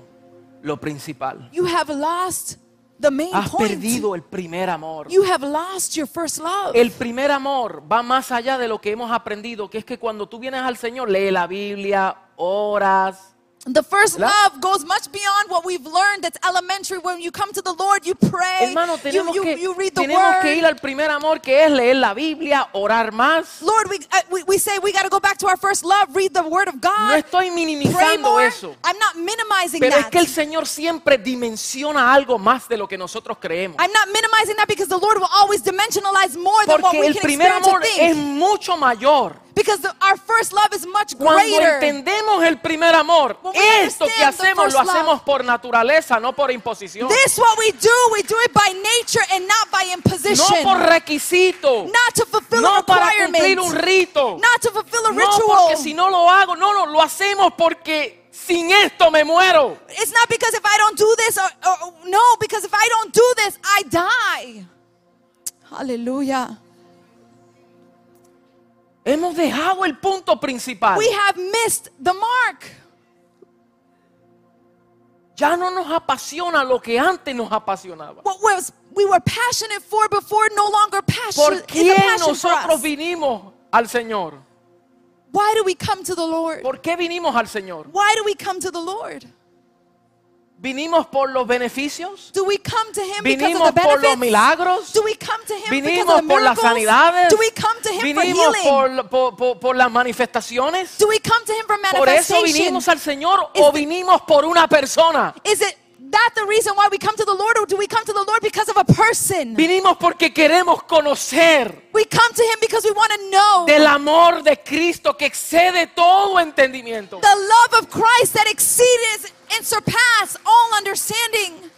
lo principal. You have lost the main Has point. perdido el primer amor. You have lost your first love. El primer amor va más allá de lo que hemos aprendido, que es que cuando tú vienes al Señor, lee la Biblia, oras, The first ¿Verdad? love goes much beyond what we've learned understand that's elementary. When you come to the Lord, you pray, Hermano, you, tenemos, you, que, you read the tenemos Word. que ir al primer amor que es leer la Biblia, orar más. Lord, we, uh, we, we say we got to go back to our first love, read the Word of No God, estoy pray minimizando more. eso. I'm not minimizing Pero es that. que el Señor siempre dimensiona algo más de lo que nosotros creemos. I'm not minimizing that because the Lord will always dimensionalize more than what Porque we el can primer experience or amor es think. mucho mayor. Because the, our first love is much Cuando greater. entendemos el primer amor, When we esto que understand the hacemos lo first love. hacemos por naturaleza, no por imposición. This what we do, we do it by nature and not by No imposition. por requisito. Not to fulfill a No para cumplir un requirement. rito. Not to fulfill a No porque ritual. si no lo hago, no, no, lo hacemos porque sin esto me muero. It's not because if I don't do this, or, or- no, because if I don't do this, I die. Hallelujah. Hemos dejado el punto principal. We have missed the mark. Ya no nos apasiona lo que antes nos apasionaba. What was we were passionate for before no longer passion ¿Por is a qué passion for nosotros us. vinimos al Señor? Why do we come to the Lord? ¿Por qué vinimos al Señor? Why do we come to the Lord? ¿Vinimos por los beneficios? Do we come to Him because ¿Vinimos of the por los benefits? milagros? Do we come to Him because of ¿Vinimos the por las miracles? sanidades? Do we come to Him for ¿Vinimos healing? por, por- por- por las manifestaciones? Do we come to Him for ¿Por eso manifestation? vinimos al Señor Is o the- vinimos por una persona? Is it that the reason why we come to the Lord, or do we come to the Lord because of a person? Vinimos porque queremos conocer We come to Him because we want to know del amor de Cristo que excede todo entendimiento. the love of Christ that exceeds and surpasses all understanding.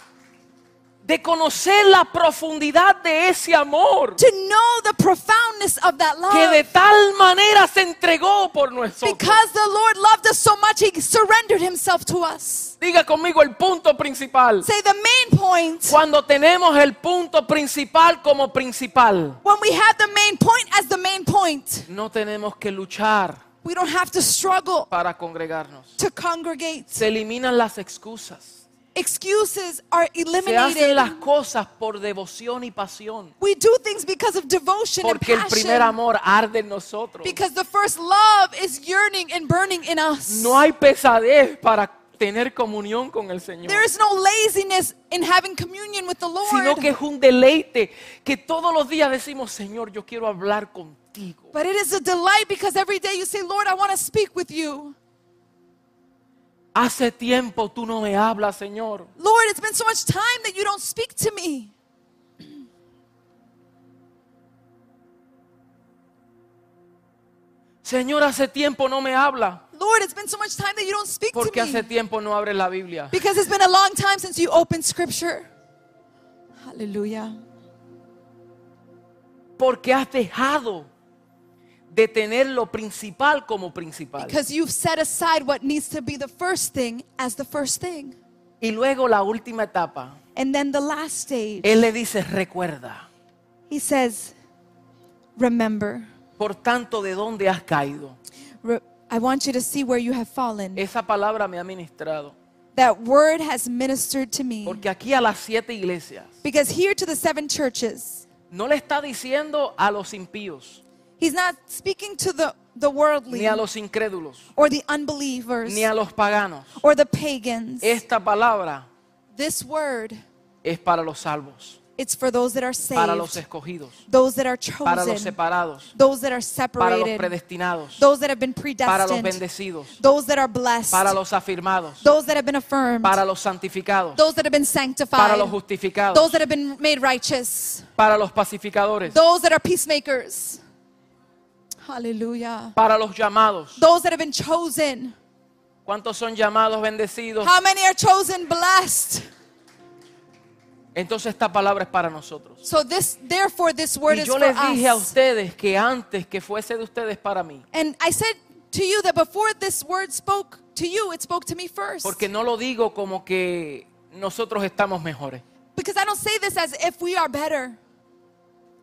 De conocer la profundidad de ese amor To know the profoundness of that que de love. tal manera se entregó por nosotros. Because the Lord loved us so much, He surrendered Himself to us. Diga conmigo el punto principal. Say the main point. Cuando tenemos el punto principal como principal, When we have the main point as the main point, no tenemos que luchar we don't have to struggle para congregarnos. to congregate. Se eliminan las excusas. Excuses are Se hacen eliminated. las cosas por devoción y pasión. We do things because of devotion and Porque el primer passion. amor arde en nosotros. Because the first love is yearning and burning in us. No hay pesadez para tener comunión con el Señor. There is no laziness in having communion with the Sino Lord. que es un deleite que todos los días decimos, Señor, yo quiero hablar contigo. But it is a delight because every day you say, Lord, I want to speak with you. Hace tiempo tú no me hablas, Señor. Lord, it's been so much time that you don't speak to me. Señor, hace tiempo no me habla. Lord, it's been so much time that you don't speak Porque to me. hace tiempo no abres la Biblia. Because it's been a long time since you opened scripture. Hallelujah. Porque has dejado de tener lo principal como principal. Because you've set aside what needs to be the first thing as the first thing. Y luego la última etapa. And then the last stage, Él le dice, recuerda, he says, Remember. por tanto, ¿de dónde has caído? Re- I want you to see where you have fallen. Esa palabra me ha ministrado. That word has ministered to me. Porque aquí a las siete iglesias Because here to the seven churches, no le está diciendo a los impíos, he's not speaking to the, the ni worldly a los incrédulos, or the unbelievers ni a los paganos. or the pagans. Esta palabra This word, es para los salvos, it's for those that are para los saved, escogidos, those that are para los chosen, separados, those that para are los separated, predestinados, those that have been para los predestined, bendecidos, those that are blessed, para los afirmados, those that have been affirmed, para los santificados, those that have been para los sanctified, justificados, those that have been made righteous, para los pacificadores, those that are peacemakers. Hallelujah. para los llamados. Those that have been chosen. ¿Cuántos son llamados, bendecidos? How many are chosen? Blessed. Entonces esta palabra es para nosotros. So this, therefore, this word Y is yo for les dije a us. ustedes que antes que fuese de ustedes para mí, And I said to you that before this word spoke to you, it spoke to me first. porque no lo digo como que nosotros estamos mejores. Because I don't say this as if we are better.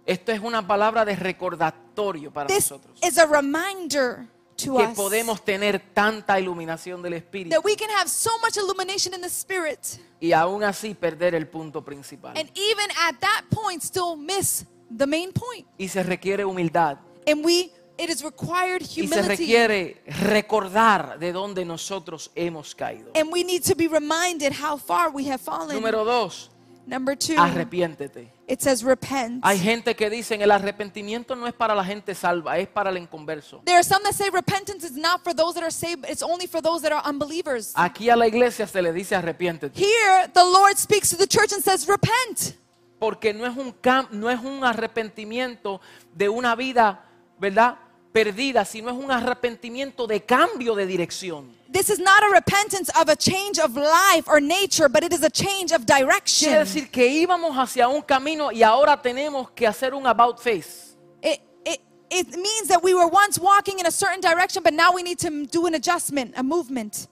Esto es una palabra de recordatorio para This nosotros. is a reminder to Que us podemos tener tanta iluminación del Espíritu that we can have so much illumination in the spirit, y aún así perder el punto principal. and even at that point, still miss the main point. Y se requiere humildad And we, It is required Y se humility. requiere recordar de dónde nosotros hemos caído. And we need to be reminded how far we have fallen. Número dos, Number two, arrepiéntete. it says repent. Hay gente que dicen el arrepentimiento no es para la gente salva, es para el inconverso. There are some that say repentance is not for those that are saved, it's only for those that are unbelievers. Aquí a la iglesia se le dice arrepiéntete, Here, the Lord speaks to the church and says, Repent. porque no es un cam- no es un arrepentimiento de una vida, ¿verdad? Perdida, sino es un arrepentimiento de cambio de dirección. This is not a repentance of a change of life or nature, but it is a change of direction. Quiere decir que íbamos hacia un camino y ahora tenemos que hacer un about face. It, it, it means that we were once walking in a certain direction, but now we need to m- do an adjustment, a movement.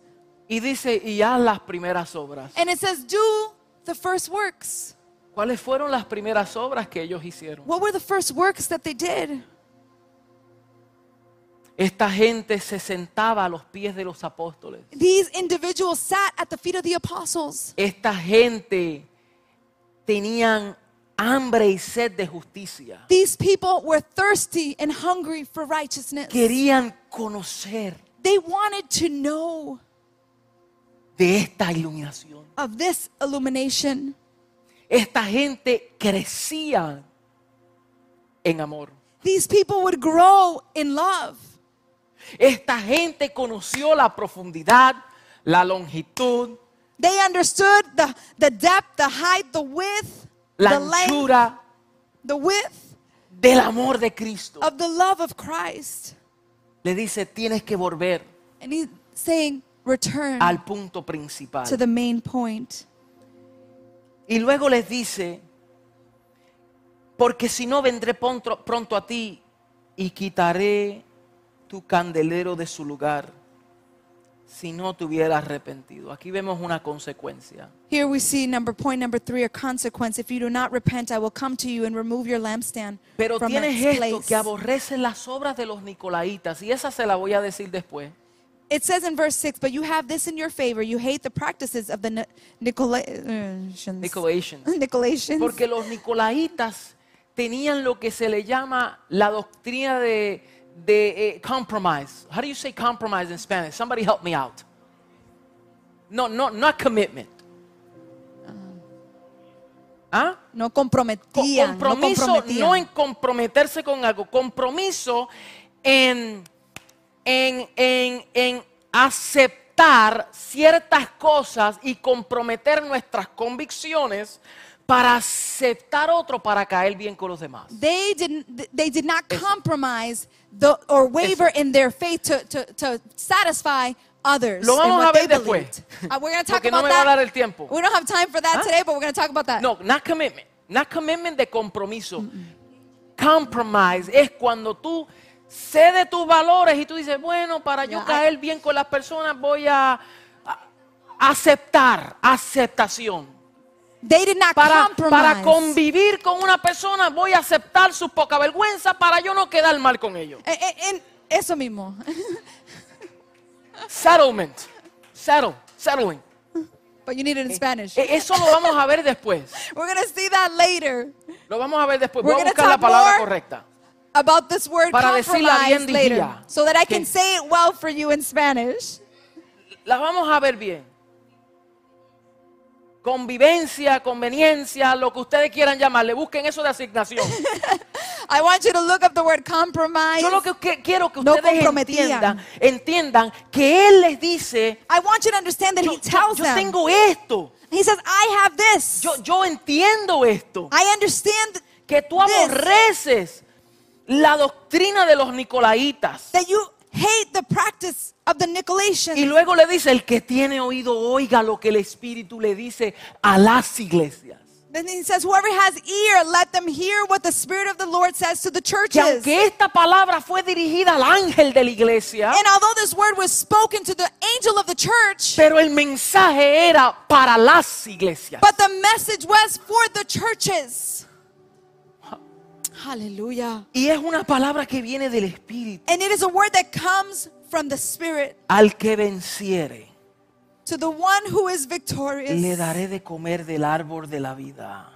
Y dice, y haz las primeras obras. And it says, Do the first works. ¿Cuáles fueron las primeras obras que ellos hicieron? What were the first works that they did? Esta gente se sentaba a los pies de los apóstoles. These individuals sat at the feet of the apostles. Esta gente tenían hambre y sed de justicia. These people were thirsty and hungry for righteousness. Querían conocer They wanted to know de esta iluminación. of this illumination. Esta gente crecía en amor. These people would grow in love. Esta gente conoció la profundidad, la longitud, They understood the, the depth, the height, the width, la the length, anchura the width del amor de Cristo. of the love of Christ. Le dice, tienes que volver And he's saying, return al punto Mm. to principal. the main point. Y luego les dice, porque si no vendré pronto, pronto a ti y quitaré tu candelero de su lugar si no te hubieras arrepentido. Aquí vemos una consecuencia. Here we see number point number three, a consequence. If you do not repent, I will come to you and remove your lampstand Pero from tienes its esto place. que aborrecen las obras de los nicolaitas y esa se la voy a decir después. It says in verse 6, but you have this in your favor. You hate the practices of the Ni- Nicolaitans. Nicolaitans. (laughs) Nicolaitans. Porque los nicolaitas tenían lo que se le llama la doctrina de, de, eh, compromise. How do you say compromise in Spanish? Somebody help me out. No, no, not commitment. ¿Ah? no Co- comprometían. compromiso, no no, comprometían. en comprometerse con algo, compromiso en, en, en, en aceptar ciertas cosas y comprometer nuestras convicciones para aceptar otro para caer bien con los demás. they didn't they did not compromise the, or waver in their faith to, to, to satisfy others Lo in vamos what a ver they después. believed. Uh, (laughs) we're going to talk Porque no about me va a that. dar el tiempo. We don't have time for that ¿Ah? today, but we're going to talk about that. No, not commitment. Not commitment de compromiso. Compromise es cuando tú cedes tus valores y tú dices, bueno, para yo Yeah, I- caer bien con las personas voy a a- aceptar, aceptación. They did not Para, para compromise. convivir con una persona voy a aceptar su poca vergüenza para yo no quedar mal con ellos. Eh, eh, en- eso mismo. (laughs) Settlement. Settle. Settling. but you need it in Spanish. E- Eso lo vamos a ver después. we're going to see that later Lo vamos a ver después. We're Voy a gonna buscar la talk palabra more. correcta. about this word Para decirla bien compromise later dirigida. so that I can Que- say it well for you in Spanish. Las vamos a ver bien. Convivencia, conveniencia, lo que ustedes quieran llamarle, busquen eso de (laughs) asignación. I want you to look up the word compromise. Yo lo que, que- quiero que No ustedes comprometían. entiendan, entiendan que él les dice, I want you to understand that yo, he tells yo- yo them. tengo esto, He says, I have this. yo, yo entiendo esto, I understand th- que tú Ah, this. aborreces la doctrina de los nicolaitas. that you hate the practice of the Nicolaitans. Y luego le dice, el que tiene oído, oiga lo que el Espíritu le dice a las iglesias. then he says, Whoever has ear, let them hear what the Spirit of the Lord says to the que churches. aunque esta palabra fue dirigida al ángel de la iglesia, And although this word was spoken to the angel of the church, pero el mensaje era para las iglesias. but the message was for the churches. Hallelujah. Y es una palabra que viene del Espíritu. And it is a word that comes from the Spirit Al que venciere, to the one who is victorious. le daré de comer del árbol de la vida,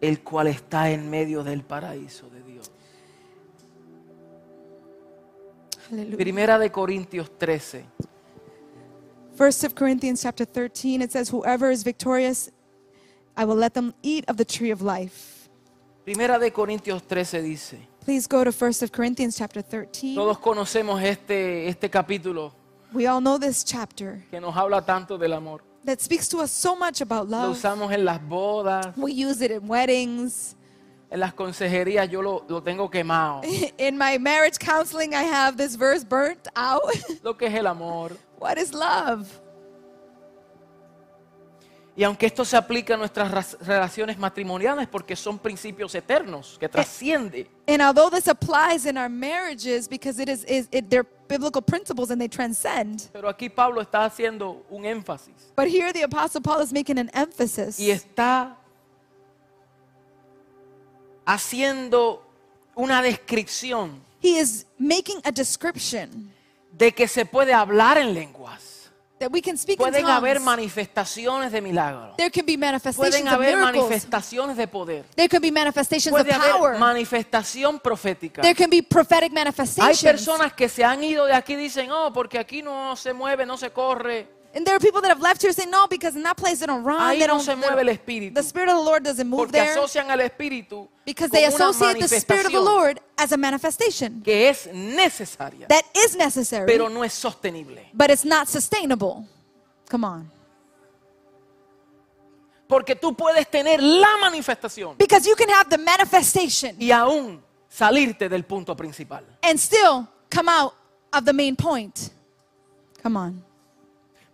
el cual está en medio del paraíso de Dios. Hallelujah. Primera de Corintios 13. First of Corinthians chapter 13, it says, Whoever is victorious, I will let them eat of the tree of life. Primera de Corintios 13 dice, Please go to First of Corinthians chapter 13. todos conocemos este, este capítulo We all know this chapter que nos habla tanto del amor. that speaks to us so much about Lo love. usamos en las bodas, We use it in weddings. (laughs) en las consejerías, yo lo, lo tengo quemado. In my marriage counseling, I have this verse burnt out. (laughs) Lo que es el amor. what is love? Y aunque esto se aplica a nuestras ras- relaciones matrimoniales porque son principios eternos Eh. que trasciende, And although this applies in our marriages because it is, is it, they're biblical principles and they transcend, pero aquí Pablo está haciendo un énfasis but here the Apostle Paul is making an emphasis. y está haciendo una descripción He is making a description de que se puede hablar en lenguas. that we can speak in Pueden haber tongues. manifestaciones de milagro. there can be manifestations Pueden of haber miracles. manifestaciones de poder. There can be manifestations of Puede power. haber manifestación profética. there can be prophetic Hay manifestations. personas que se han ido de aquí y dicen, oh, porque aquí no se mueve, no se corre. and there are people that have left here saying, no, because in that place they don't run. Ahí Ah, they no don't, se they don't- mueve el espíritu. The Spirit of the Lord doesn't move Porque there asocian al Espíritu because con they una associate the Spirit of the manifestación Lord as a manifestation que es necesaria, that is necessary, pero no es sostenible. but it's not sustainable. Come on. Porque tú puedes tener la manifestación Because you can have the manifestation y aún salirte del punto principal. and still come out of the main point. Come on.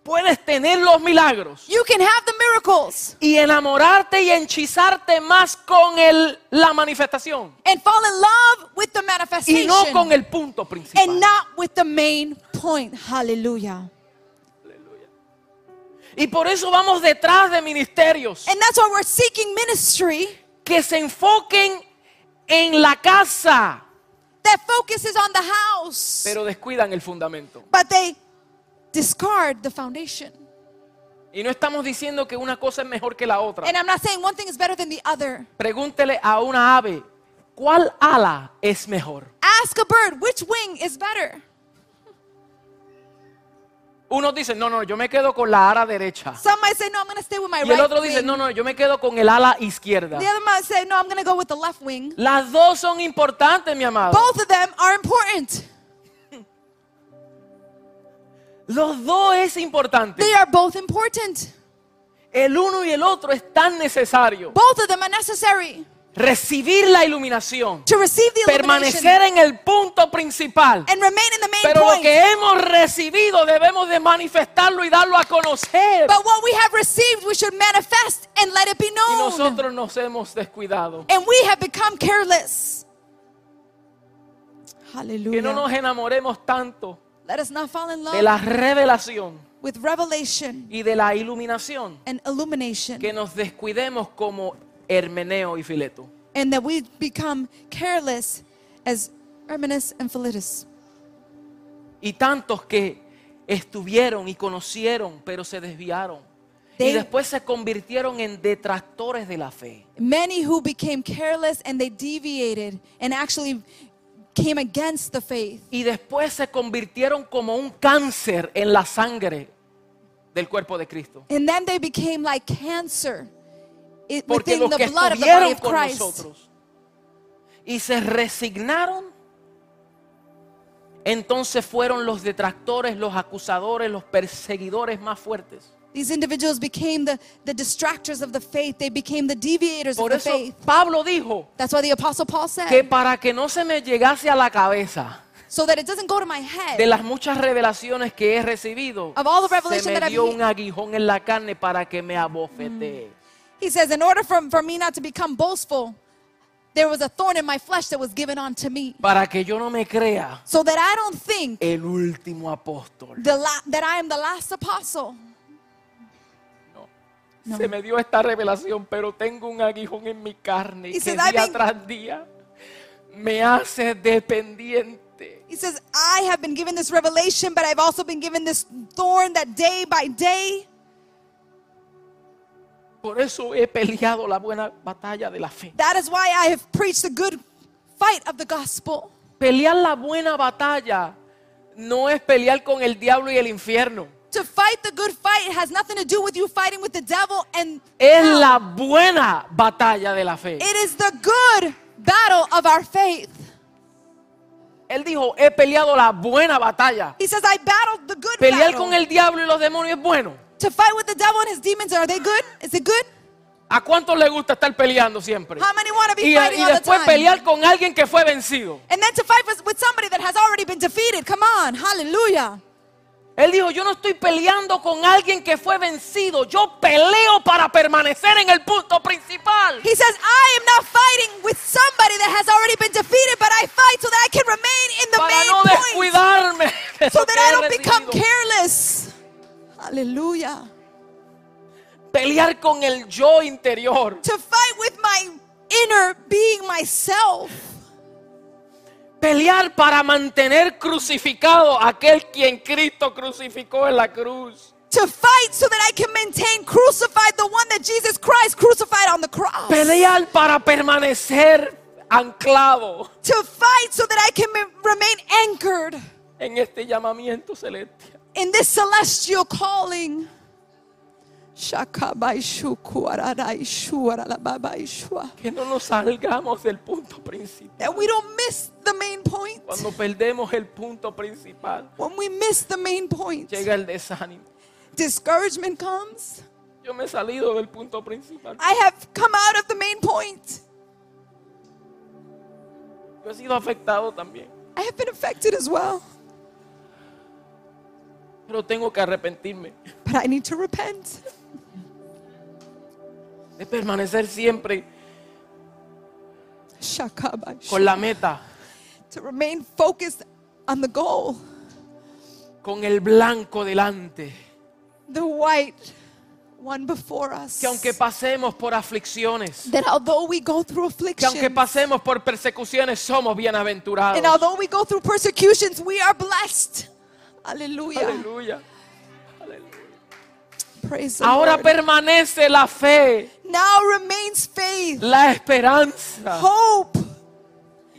Puedes tener los milagros You can have the miracles y enamorarte y enchizarte más con el- la manifestación and fall in love with the y manifestation no con el punto principal. and not with the main point. Hallelujah. Y por eso vamos detrás de ministerios And that's why we're seeking ministry que se enfoquen en la casa, that focuses on the house, pero descuidan el fundamento. but they discard the foundation. Y no estamos diciendo que una cosa es mejor que la otra. And I'm not saying one thing is better than the other. Pregúntele a una ave, ¿cuál ala es mejor? Ask a bird which wing is better. Unos dicen, no, no, yo me quedo con la ala derecha. Some might say, no, I'm going to stay with my Y el right otro wing. dice, no, no, yo me quedo con el ala izquierda. The other might say, no, I'm going to go with the left wing. Las dos son importantes, mi amado. Both of them are important. Los dos es importante. They are both important. El uno y el otro es tan necesario. Both of them are necessary Recibir la iluminación. to receive the illumination Permanecer en el punto principal. and remain in the main Pero lo point. que hemos recibido debemos de manifestarlo y darlo a conocer. But what we have received, we should manifest and let it be Y known. nosotros nos hemos descuidado. and we have become careless. Que Hallelujah. no nos enamoremos tanto Let us not fall in love de la revelación with revelation y de la iluminación and illumination, que nos descuidemos como Hermeneo y Fileto. and that we become careless as Hermanus and Philetus. Y tantos que estuvieron y conocieron, pero se desviaron. Y They- después se convirtieron en detractores de la fe. Many who became careless and they deviated and actually came against the faith. Y después se convirtieron como un cáncer en la sangre del cuerpo de Cristo. And then they became like cancer it, Porque within los the que blood of the body estuvieron of con Christ. nosotros y se resignaron, entonces fueron los detractores, los acusadores, los perseguidores más fuertes. These individuals became the, the distractors of the faith. They became the deviators Por of eso the faith. Pablo dijo That's why the Apostle que Paul said, para que no se me llegase a la cabeza so that it doesn't go to my head. de las muchas revelaciones que he recibido, Of all the se revelation me that I've dio he- Mm. un aguijón en la carne para que me abofetee. He says, in order for, for me not to become boastful, there was a thorn in my flesh that was given unto me. Para que yo no me crea So that I don't think el último apóstol. the la- that I am the last apostle. No. Se me dio esta revelación, pero tengo un aguijón en mi carne He que says, "I've día been-" tras día me hace dependiente. He says, I have been given this revelation, but I've also been given this thorn that day by day. Por eso he peleado la buena batalla de la fe. That is why I have preached the good fight of the gospel. Pelear la buena batalla no es pelear con el diablo y el infierno. To fight the good fight has nothing to do with you fighting with the devil and Es la buena batalla de la fe. it is the good battle of our faith. Él dijo, he peleado la buena batalla. He says, I battled the good Pelear battle. con el diablo y los demonios es bueno. To fight with the devil and his demons, are they good? Is it good? ¿A cuántos les gusta estar peleando siempre? How many want to be Y, fighting y all the después time? pelear con alguien que fue vencido. And then to fight with, with somebody that has already been defeated. Come on, hallelujah. Él dijo, yo no estoy peleando con alguien que fue vencido. Yo peleo para permanecer en el punto principal. He says, I am not fighting with somebody that has already been defeated, but I fight so that I can remain in the Para main no point. descuidarme. de So lo that que I he don't become recibido. careless. Hallelujah. Pelear con el yo interior. To fight with my inner being, myself. Pelear para mantener crucificado a aquel quien Cristo crucificó en la cruz. To fight so that I can maintain crucified the one that Jesus Christ crucified on the cross. Pelear para permanecer anclado To fight so that I can me- remain anchored en este llamamiento celestial. in this celestial calling. Shakabaishukuaradaishuaralababaishua. Que no nos salgamos del punto principal. That we don't miss the main point. Cuando perdemos el punto principal, When we miss the main point, llega el desánimo. discouragement comes. Yo me he salido del punto principal. I have come out of the main point. Yo he sido afectado también. I have been affected as well. Pero tengo que arrepentirme But I need to repent de permanecer siempre Shakabaishu. con la meta, to remain focused on the goal, con el blanco delante. the white one before us. Que aunque pasemos por aflicciones, that although we go through que aunque affliction, pasemos por persecuciones, somos and bienaventurados. although we go through persecutions, we are blessed. Hallelujah. Aleluya. Aleluya. Praise the Ahora Lord. permanece la fe, now remains faith, la esperanza Oh. hope,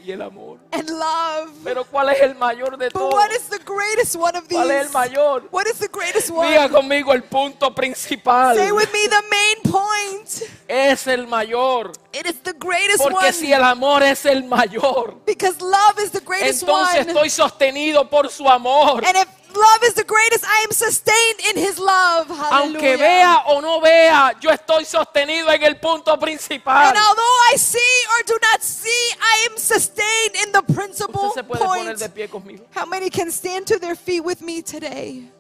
y el amor. and love. Pero ¿cuál es el mayor de But todos? what is the greatest one of these? ¿Cuál es el mayor? What is the greatest one? Diga conmigo el punto principal. Say with me the main point. Es el mayor. It is the greatest Porque one. si el amor es el mayor, Because love is the greatest entonces one. estoy sostenido por su amor. And if love is the greatest, I am sustained in his love. Aunque Hallelujah. vea o no vea, yo estoy sostenido en el punto principal. And although I see or do not see, I am sustained in the principal Usted se puede poner point. de pie conmigo. How many can stand to their feet with me today?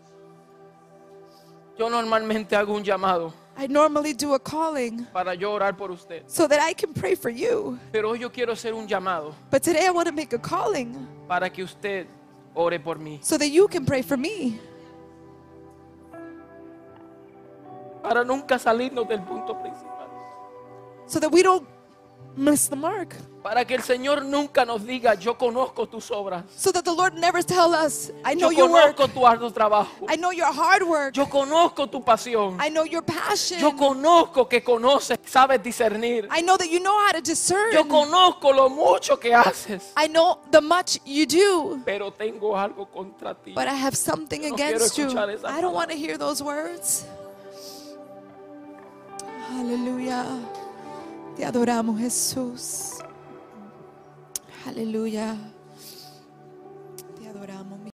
Yo normalmente hago un llamado I normally do a calling para yo orar por usted. so that I can pray for you. Pero hoy yo quiero hacer un llamado But today I want to make a calling para que usted ore por mí. so that you can pray for me. Para nunca salirnos del punto principal. so that we don't miss the mark. Para que el Señor nunca nos diga, yo conozco tus obras. So that the Lord never tell us, I know Yo your work. conozco tu arduo trabajo. I know your hard work. Yo conozco tu pasión. I know your passion. Yo conozco que conoces, sabes discernir. I know that you know how to discern. Yo conozco lo mucho que haces. I know the much you do. Pero tengo algo contra ti. But I have something Yo no quiero against you. escuchar esa I palabra. don't want to hear those words. Hallelujah. Te adoramos, Jesús. Hallelujah.